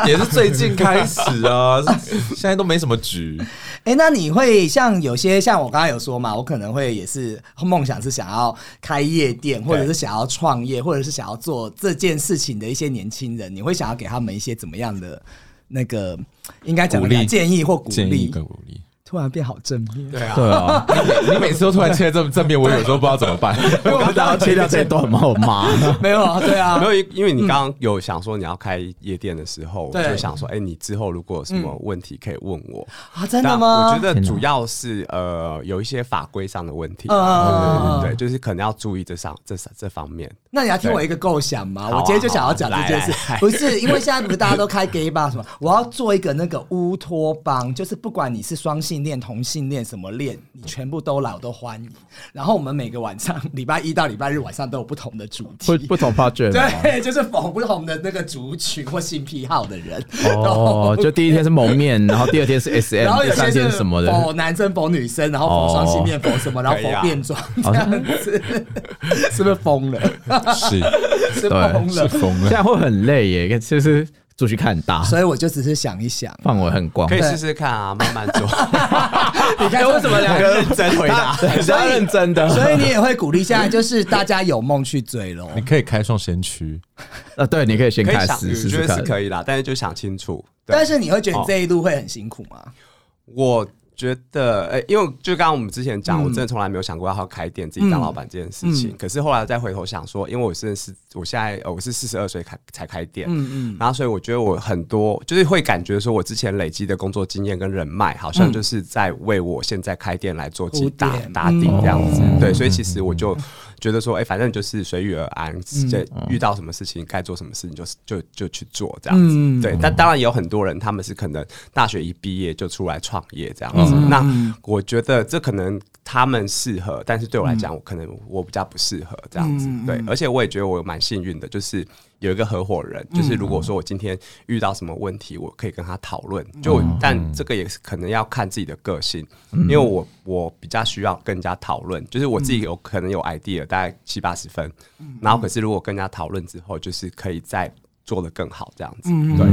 Speaker 4: 也是最近开始啊， 现在都没什么局。
Speaker 3: 哎、那你会像有些像我刚刚有说嘛，我可能会也是梦想是想要开夜店，或者是想要创业，或者是想要做这件事情的一些年轻人，你会想要给他们一些怎么样的那个应该讲
Speaker 4: 鼓励
Speaker 3: 的建议或鼓
Speaker 4: 建议
Speaker 3: 励？
Speaker 4: 跟鼓励。
Speaker 3: 突然变好正面，
Speaker 6: 对啊，
Speaker 1: 对啊，
Speaker 4: 你每次都突然切正正面，我有时候不知道怎么 办。
Speaker 1: 我不知
Speaker 6: 啊
Speaker 1: 道切掉这一段吗？我妈，
Speaker 3: 没有啊，对啊，
Speaker 6: 没有，因因为你刚刚有想说你要开夜店的时候，我
Speaker 3: 嗯对
Speaker 6: 就想说，哎、你之后如果有什么问题可以问我。
Speaker 3: 啊，真的
Speaker 6: 但
Speaker 3: 吗？
Speaker 6: 我觉得主要是呃有一些法规上的问题，
Speaker 3: 嗯嗯嗯嗯嗯
Speaker 6: 对对对对，就是可能要注意这上这这方面。
Speaker 3: 那你要听我一个构想吗？
Speaker 6: 啊
Speaker 3: 我今天就想要讲这件事
Speaker 6: 好啊来，来
Speaker 3: 不是因为现在不是大家都开 gay 吧什么？ 我要做一个那个乌托邦，就是不管你是双性恋、同性恋什么恋，你全部都来我都欢迎。然后我们每个晚上，礼拜一到礼拜日晚上都有不同的主
Speaker 1: 不
Speaker 3: 题。
Speaker 1: 不同 project 吗
Speaker 3: 对，就是否不同的那个族群或性癖好的人，
Speaker 1: 哦，就第一天是蒙面，然后第二天是 SM，
Speaker 3: 然后
Speaker 1: 第
Speaker 3: 有
Speaker 1: 三
Speaker 3: 些
Speaker 1: 天
Speaker 3: 是
Speaker 1: 是什么的？
Speaker 3: 否男生否女生，然后否双性恋否什么，然后
Speaker 6: 可以
Speaker 3: 否
Speaker 6: 啊
Speaker 3: 变装这样子， 是不是疯了？
Speaker 4: 是
Speaker 3: 是疯
Speaker 4: 是。
Speaker 3: 了
Speaker 4: 疯
Speaker 1: 这
Speaker 4: 了，
Speaker 1: 样会很累耶，就是出去看很大，
Speaker 3: 所以我就只是想一想，
Speaker 1: 范围很广
Speaker 6: 可。以试试看啊，慢慢 做。
Speaker 1: 哎
Speaker 3: 你看哎为什么两
Speaker 6: 个人认真回答
Speaker 1: 对，是要认真的。
Speaker 3: 所以你也会鼓励现在就是大家有梦去追喽。
Speaker 4: 你可以开创先驱。
Speaker 1: 啊，对，你可以先
Speaker 6: 可以
Speaker 1: 开
Speaker 6: 想，
Speaker 1: 始试试
Speaker 6: 我觉得
Speaker 1: 看
Speaker 6: 是。可以啦，但是就想清楚。对
Speaker 3: 但是你会觉得你这一路会很辛苦吗？
Speaker 6: 我觉得，呃、因为就刚刚我们之前讲，我真的从来没有想过要开店自己当老板这件事情。可是后来再回头想说，因为我真的是我现在呃我是四十二岁开才开店，嗯嗯，然后所以我觉得我很多就是会感觉说我之前累积的工作经验跟人脉，好像就是在为我现在开店来做
Speaker 3: 铺
Speaker 6: 起打
Speaker 3: 垫
Speaker 6: 打底这样子。对，所以其实我就觉得说，哎、反正就是随遇而安，这遇到什么事情该做什么事情就是就就去做这样子。
Speaker 3: 嗯
Speaker 6: 对，但当然也有很多人，他们是可能大学一毕业就出来创业这样子。那我觉得这可能他们适合，但是对我来讲，我可能我比较不适合这样子。对，而且我也觉得我蛮幸运的，就是。有一个合伙人，就是
Speaker 3: 嗯
Speaker 6: 如果说我今天遇到什么问题，我可以跟他讨论。
Speaker 3: 嗯
Speaker 6: 就但这个也是可能要看自己的个性，因为我我比较需要跟人家讨论，就是我自
Speaker 3: 嗯
Speaker 6: 己有可能有 idea 大概七八十分，然后可是如果跟人家讨论之后，就是可以再做得更好这样子。
Speaker 3: 嗯
Speaker 6: 对，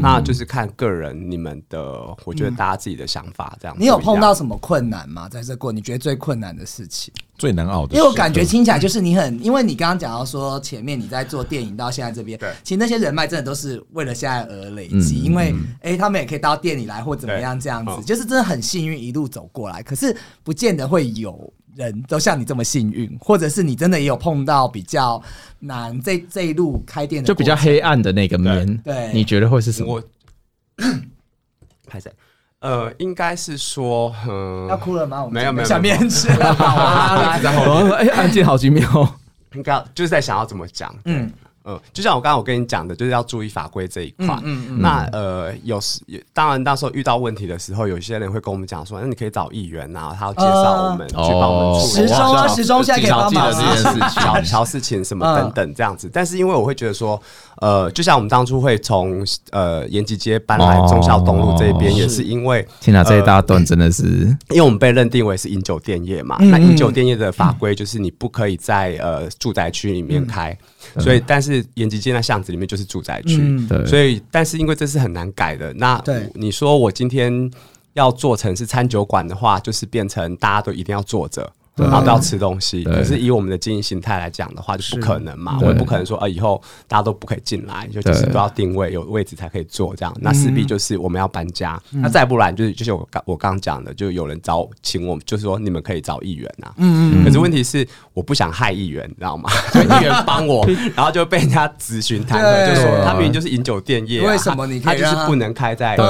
Speaker 6: 那就是看个人你们的，我觉得大家自己的想法这样子不
Speaker 3: 你
Speaker 6: 一样。
Speaker 3: 有碰到什么困难吗？在这过，你觉得最困难的事情？
Speaker 4: 最难熬的时刻，
Speaker 3: 因为我感觉听起来就是你很，因为你刚刚讲到说前面你在做电影到现在这边，
Speaker 6: 对
Speaker 3: 其实那些人脉真的都是为了现在而累积，因为哎、诶他们也可以到店里来或怎么样这样子，
Speaker 6: 嗯
Speaker 3: 就是真的很幸运一路走过来，可是不见得会有。人都像你这么幸运，或者是你真的也有碰到比较难这这一路开店的
Speaker 1: 就
Speaker 3: 过程，
Speaker 1: 比较黑暗的那个面，
Speaker 3: 对
Speaker 1: 你觉得会是什么？
Speaker 6: 我 拍谁？呃，应该是说，嗯、
Speaker 3: 要哭了吗？我们
Speaker 6: 没有没有
Speaker 3: 想面试了，好 啊，来，
Speaker 1: 哦 哎，安静好几秒，
Speaker 6: 应该就是在想要怎么讲，
Speaker 3: 嗯
Speaker 6: 嗯，就像我刚刚我跟你讲的，就是要注意法规这一块。
Speaker 3: 嗯
Speaker 6: 那呃，有时也当然那时候遇到问题的时候，有些人会跟我们讲说，那你可以找议员啊，他要介绍我们、
Speaker 1: 哦
Speaker 6: 去帮我们处理
Speaker 3: 时钟
Speaker 4: 哦
Speaker 3: 啊，时钟现在可以帮忙
Speaker 1: 记得这
Speaker 3: 啊
Speaker 1: 件事情
Speaker 6: 小小事情什
Speaker 3: 嗯
Speaker 6: 么等等这样子。但是因为我会觉得说，呃，就像我们当初会从呃延吉街搬
Speaker 3: 哦
Speaker 6: 来忠孝东路这边，也是因为
Speaker 1: 天啊哪，这一大段真的是
Speaker 6: 因为我们被认定为是饮酒店业嘛，那饮酒店业的法规就是你不可以在呃住宅区里面开，所以但是延吉街那巷子里面就是住宅区，
Speaker 3: 嗯
Speaker 1: 对
Speaker 6: 所以但是因为这是很难改的，那
Speaker 3: 对
Speaker 6: 你说我今天要做成是餐酒馆的话，就是变成大家都一定要坐着。然后都要吃东西，
Speaker 1: 对
Speaker 6: 可是以我们的经营形态来讲的话，就不可能嘛。我也不可能说，呃，以后大家都不可以进来，就就是
Speaker 1: 对
Speaker 6: 都要定位，有位置才可以坐这样。那势必就是我们要搬家。那再不然就是，就是我刚我刚讲的，就有人找请我们，就是说你们可以找议员啊。嗯嗯。可是问题是，我不想害议员，你知道吗？ 就议员帮我，然后就被人家咨询弹劾，
Speaker 3: 对
Speaker 6: 就说他明明就是饮酒店业啊，
Speaker 3: 为什么你可
Speaker 6: 他
Speaker 3: 以
Speaker 6: 他就是
Speaker 3: 让他
Speaker 6: 不能开在住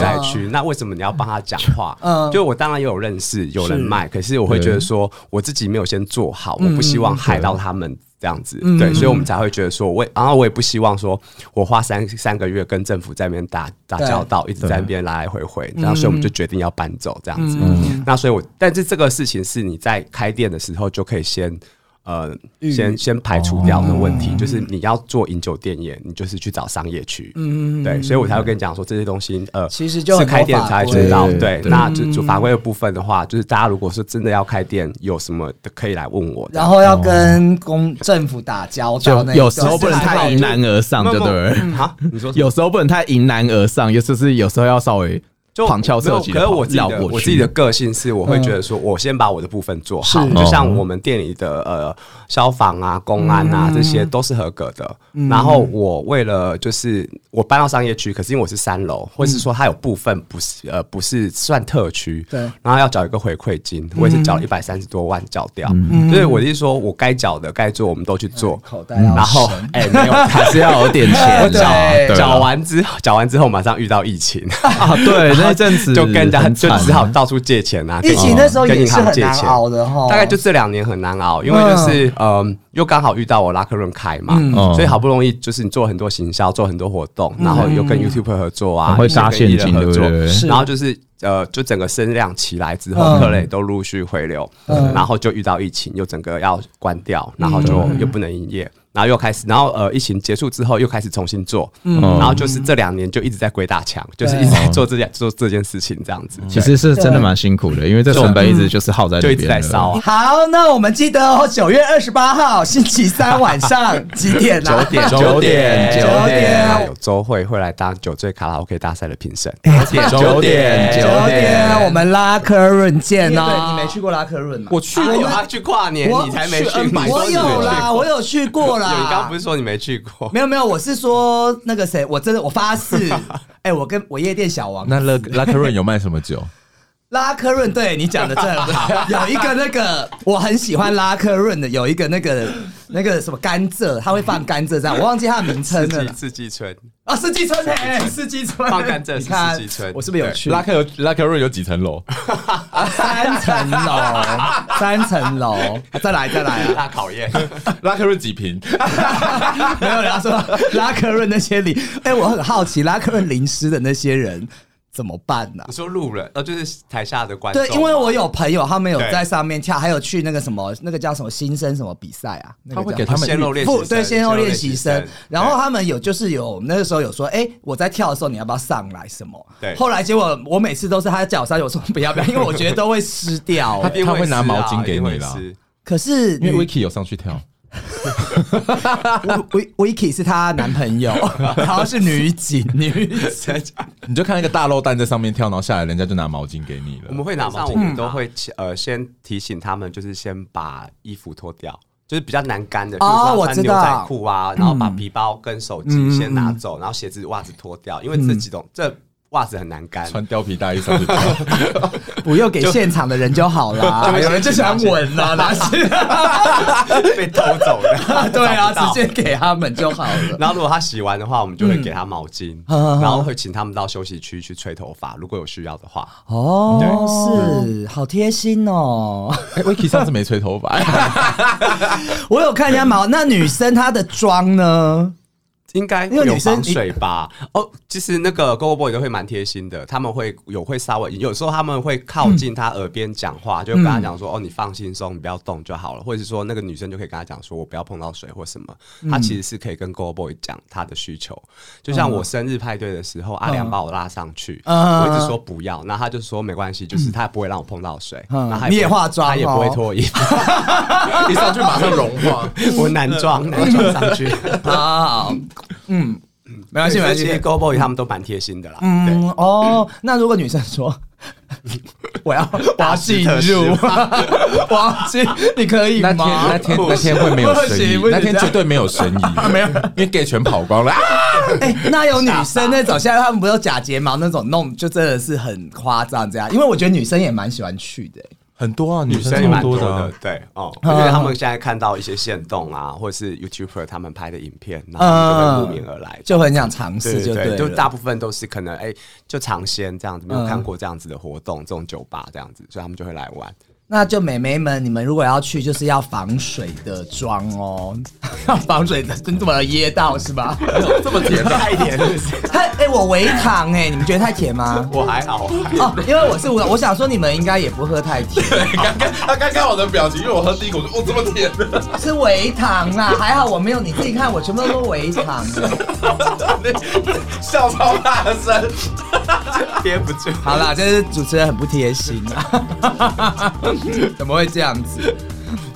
Speaker 6: 宅区？那为什么你要帮他讲话？
Speaker 3: 嗯
Speaker 6: 就我当然也有认识有人脉，可是我会觉得说我自己没有先做好，我不希望害到他们。这样子，对，所以我们才会觉得说，我也，然后我也不希望说，我花三三个月跟政府在那边打打交道，一直在那边来来回回，然后所以我们就决定要搬走这样子。
Speaker 3: 嗯
Speaker 6: 那所以我，但是这个事情是你在开店的时候就可以先呃，先先排除掉的问
Speaker 3: 哦
Speaker 6: 题，就是你要做饮酒店业，你就是去找商业区，嗯，对，所以我才会跟你讲说这些东西，呃，
Speaker 3: 其实就很
Speaker 6: 是
Speaker 3: 多
Speaker 6: 开店才知
Speaker 1: 法，
Speaker 6: 道
Speaker 1: 规
Speaker 6: 对，那就就法规的部分的话，就是大家如果说真的要开店，有什么的可以来问我，
Speaker 3: 然后要跟公政府打交道
Speaker 1: 就
Speaker 3: 那一段，
Speaker 1: 有时候不能太迎
Speaker 3: 硬
Speaker 1: 难而上，就对了。
Speaker 6: 好，嗯啊你说什么
Speaker 1: 有时候不能太迎难而上，尤其是有时候要稍微
Speaker 6: 就
Speaker 1: 旁敲侧击地
Speaker 6: 没
Speaker 1: 跑，
Speaker 6: 有可是我自己
Speaker 1: 绕
Speaker 6: 的
Speaker 1: 过
Speaker 6: 我
Speaker 1: 去哦
Speaker 6: 自己的个性是，我会觉得说，我先把我的部分做好。
Speaker 3: 嗯是
Speaker 6: 就像我们店里的呃消防啊、公安
Speaker 3: 嗯
Speaker 6: 啊这些都是合格的。然后我为了就是我搬到商业区，可是因为我是三楼，或是说它有部分不是呃不是算特区，
Speaker 3: 嗯对嗯
Speaker 6: 然后要缴一个回馈金，我也是缴了一百三十多万缴掉。
Speaker 1: 嗯
Speaker 6: 所以我是说我该缴的、该做我们都去做。
Speaker 3: 口袋要
Speaker 6: 然后
Speaker 3: 深
Speaker 6: 哎、没有，还
Speaker 1: 还是要有点钱
Speaker 3: 对 对
Speaker 6: 缴完之后，缴完之后马上遇到疫 情。
Speaker 1: 啊。 对，那阵子
Speaker 6: 就跟人家
Speaker 1: 很
Speaker 6: 就
Speaker 1: 惨
Speaker 6: 只好到处借钱啊。
Speaker 3: 疫情那时候
Speaker 6: 跟
Speaker 3: 也
Speaker 6: 银
Speaker 3: 是
Speaker 6: 行
Speaker 3: 很
Speaker 6: 借
Speaker 3: 难
Speaker 6: 钱。
Speaker 3: 熬的哈，
Speaker 6: 大概就这两年很难熬，因为就是嗯，又刚好遇到我拉客润开嘛，
Speaker 3: 嗯
Speaker 1: 哦
Speaker 6: 所以好不容易就是你做很多行销，做很多活动，然后又跟 YouTube 合作啊，
Speaker 1: 很嗯会
Speaker 6: 又跟
Speaker 1: 搭现
Speaker 6: 艺人
Speaker 1: 金
Speaker 6: 合作
Speaker 1: 对不对
Speaker 3: 是
Speaker 6: 然后就是呃，就整个声量起来之
Speaker 3: 嗯
Speaker 6: 后，客人也都陆续回流，然后就遇到疫情，又整个要关掉，
Speaker 3: 嗯
Speaker 6: 然后就又不能营业。然后又开始，然后呃，疫情结束之后又开始重新做，
Speaker 3: 嗯
Speaker 6: 然后就是这两年就一直在鬼打墙，就是一直在做这件做这件事情这样子。
Speaker 1: 嗯其实是真的蛮辛苦的，因为这成本一直就是耗在那
Speaker 6: 嗯就一
Speaker 1: 边
Speaker 6: 直在
Speaker 1: 了
Speaker 6: 烧啊。
Speaker 3: 好，那我们记得哦，九月二十八号星期三晚上几点啊？ 九点
Speaker 1: 九点
Speaker 3: 九
Speaker 6: 九
Speaker 3: 点
Speaker 6: 哎有周会会来当酒醉卡拉 OK 大赛的评审。
Speaker 1: 九点
Speaker 3: 九点，我们拉科润见哦。
Speaker 7: 对你没
Speaker 3: 去过拉科润吗？
Speaker 6: 我去
Speaker 3: 过
Speaker 6: 他去跨年，你才没去，你说
Speaker 3: 呃我
Speaker 6: 你没
Speaker 3: 有啦，
Speaker 6: 去
Speaker 3: 我有去过啦。
Speaker 6: 有，你刚刚不是说你没去过？
Speaker 3: 没有没有，我是说那个 谁，我真的我发誓，哎，我跟我夜店小王
Speaker 4: 那乐拉克润有卖什么酒？
Speaker 3: 拉克润，对你讲的正好。 有一个那个我很喜欢拉克润的，有一个那个那个什么甘蔗，他会放甘蔗在，我忘记它的名称
Speaker 6: 四
Speaker 3: 了
Speaker 6: 季
Speaker 3: 啦。
Speaker 6: 四季春，
Speaker 3: 啊，四季春哎，四季春
Speaker 6: 放甘蔗
Speaker 3: 你看
Speaker 6: 是四季春
Speaker 3: 我是不是有去
Speaker 4: 拉克有拉克瑞有几层 楼？
Speaker 3: 三层楼？三层楼，再来再来啊！
Speaker 6: 大考验。
Speaker 4: 拉克瑞几瓶？
Speaker 3: 没有人要说拉克润那些零，哎、我很好奇拉克润淋湿的那些人怎么办呢、
Speaker 6: 你说路人，呃，就是台下的观众。
Speaker 3: 对，因为我有朋友，他们有
Speaker 6: 啊对
Speaker 3: 在上面跳，还有去那个什么，那个叫什么新生什么比赛啊？那个
Speaker 4: 他会
Speaker 3: 叫
Speaker 4: 给他们
Speaker 6: 哦鲜肉
Speaker 4: 预
Speaker 6: 练习
Speaker 3: 不
Speaker 6: 生，
Speaker 3: 对，先后练习
Speaker 6: 鲜肉
Speaker 3: 生
Speaker 6: 练习，
Speaker 3: 然后他们有就是有那个时候有说，哎、我在跳的时候你要不要上来什么？
Speaker 6: 对
Speaker 3: 后来结果我每次都是他叫我上去，我说不要不要，因为我觉得都会湿掉、
Speaker 6: 对一定
Speaker 4: 他会
Speaker 6: 湿
Speaker 4: 拿
Speaker 6: 啊
Speaker 4: 毛巾给
Speaker 6: 一定
Speaker 4: 你
Speaker 6: 会
Speaker 4: 啦
Speaker 6: 湿
Speaker 3: 可是
Speaker 4: 因为
Speaker 3: 女
Speaker 4: Vicky 有上去跳，
Speaker 3: Vicky Vicky 是她男朋友，然后是女警女警，
Speaker 4: 你就看那个大肉蛋在上面跳，然后下来人家就拿毛巾给你了。
Speaker 6: 我们会拿毛巾，我们都会呃先提醒他们，就是先把衣服脱掉，就是比较难干的，比如
Speaker 3: 哦
Speaker 6: 说
Speaker 3: 我
Speaker 6: 穿
Speaker 3: 知
Speaker 6: 牛
Speaker 3: 道嗯
Speaker 6: 仔裤啊，然后把皮包跟手机先拿走，然后鞋子、袜子脱掉，因为这几种
Speaker 3: 嗯
Speaker 6: 这袜子很难干。
Speaker 4: 穿貂皮大衣 上去跳，
Speaker 3: 不用给现场的人就好啦。有人就想稳啦，拿去，，
Speaker 6: 被偷走的
Speaker 3: 对 啊，
Speaker 6: 找不到
Speaker 3: 直接给他们就好 了。
Speaker 6: 然后如果他洗完的话，我们就会给他毛巾，
Speaker 3: 嗯
Speaker 6: 然后会请他们到休息区去吹头发，如果有需要的话。
Speaker 3: 哦，是，好贴心哦。
Speaker 4: 哎，Vicky 上次没吹头发，
Speaker 3: 我有看一下毛，那女生她的妆呢？
Speaker 6: 应该
Speaker 3: 因为
Speaker 6: 有
Speaker 3: 女生
Speaker 6: 防水吧？哦，其实那个 Go Boy 都会蛮贴心的，他们会有会稍微有时候他们会靠近他耳边讲话，就跟
Speaker 3: 嗯
Speaker 6: 他讲说：“哦，你放轻松，你不要动就好了。”或者是说那个女生就可以跟他讲说：“我不要碰到水或什么。”
Speaker 3: 嗯
Speaker 6: 他其实是可以跟 Go Boy 讲他的需求。就像我生日派对的时候，阿良把我拉上去，
Speaker 3: 嗯
Speaker 6: 我一直说不要，那他就说没关系，就是他不会让我碰到水，
Speaker 3: 嗯
Speaker 6: 然后他
Speaker 3: 你也
Speaker 6: 不会
Speaker 3: 化妆
Speaker 6: 他也不会
Speaker 3: 哦
Speaker 6: 脱衣服，
Speaker 4: 一上去马上融化。
Speaker 6: 我男 装男装上去。
Speaker 3: 啊，嗯，没关系，
Speaker 6: 所以
Speaker 3: 没关
Speaker 6: 其实
Speaker 3: 系。
Speaker 6: Go Boy 他们都蛮贴心的啦。对。
Speaker 3: 嗯，哦，那如果女生说 我要我要进
Speaker 6: 特施
Speaker 3: 入， 我要进，你可以
Speaker 4: 那
Speaker 3: 吗？
Speaker 4: 天那天 那天会没有
Speaker 3: 不行
Speaker 4: 声音
Speaker 3: 不，行
Speaker 4: 那天
Speaker 3: 这样
Speaker 4: 绝对没有声音， 没有，因为 gay 全跑光了。啊
Speaker 3: 哎、那有女生那种，现在他们不是有假睫毛那种弄，就真的是很夸张这样。因为我觉得女生也蛮喜欢去的、
Speaker 4: 很多啊，
Speaker 6: 女
Speaker 4: 女
Speaker 6: 生
Speaker 4: 生
Speaker 6: 也
Speaker 4: 蛮
Speaker 6: 蛮
Speaker 4: 多
Speaker 6: 多
Speaker 4: 的
Speaker 6: 的
Speaker 4: 啊，，
Speaker 6: 对哦，
Speaker 3: 嗯
Speaker 6: 而且他们现在看到一些线动啊，或者是 YouTuber 他们拍的影片，然后就会慕名而来，
Speaker 3: 嗯就很想尝试，
Speaker 6: 对
Speaker 3: 就
Speaker 6: 对，
Speaker 3: 了嗯
Speaker 6: 就大部分都是可能哎，就尝鲜这样子，没有看过这样子的活动，这种酒吧这样子，所以他们就会来玩。
Speaker 3: 那就美眉们，你们如果要去，就是要防水的妆哦， 要防水的，真这么噎到是吧？
Speaker 6: 这么甜，太甜了，
Speaker 3: 太哎、我微糖哎、你们觉得太甜吗？
Speaker 6: 我还好，我还好
Speaker 3: 哦，因为我是我，我想说你们应该也不喝太 甜，
Speaker 4: 刚刚他刚看我的表情，因为我喝第一口就哦这么甜的，
Speaker 3: 是微糖啦，还好我没有，你自己看我全部都是微糖的。
Speaker 4: 笑超大声。
Speaker 6: 憋不住。
Speaker 3: 好啦，这是主持人很不贴心 啊，怎么会这样子？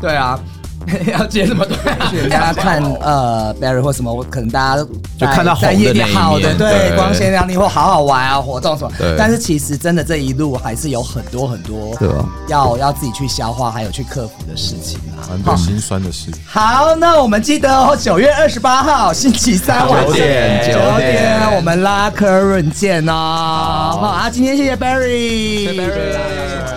Speaker 3: 对啊。 要接什么东西？大家看 呃 Barry 或什么，我可能大家就
Speaker 1: 看到红的
Speaker 3: 在夜店
Speaker 1: 那一面
Speaker 3: 好的，对
Speaker 1: 对
Speaker 3: 光鲜亮丽或好好玩啊活动什么
Speaker 1: 对。
Speaker 3: 但是其实真的这一路还是有很多很多
Speaker 1: 对啊
Speaker 3: 要要自己去消化，还有去克服的事情啊。
Speaker 4: 蛮多心酸的事。
Speaker 3: 好，那我们记得哦，九月二十八号星期三晚上
Speaker 1: 九点
Speaker 3: 九
Speaker 1: 九
Speaker 3: 点，
Speaker 1: 点
Speaker 3: 我们拉科润见哦。好啊，今天谢谢 Barry，谢谢 Barry。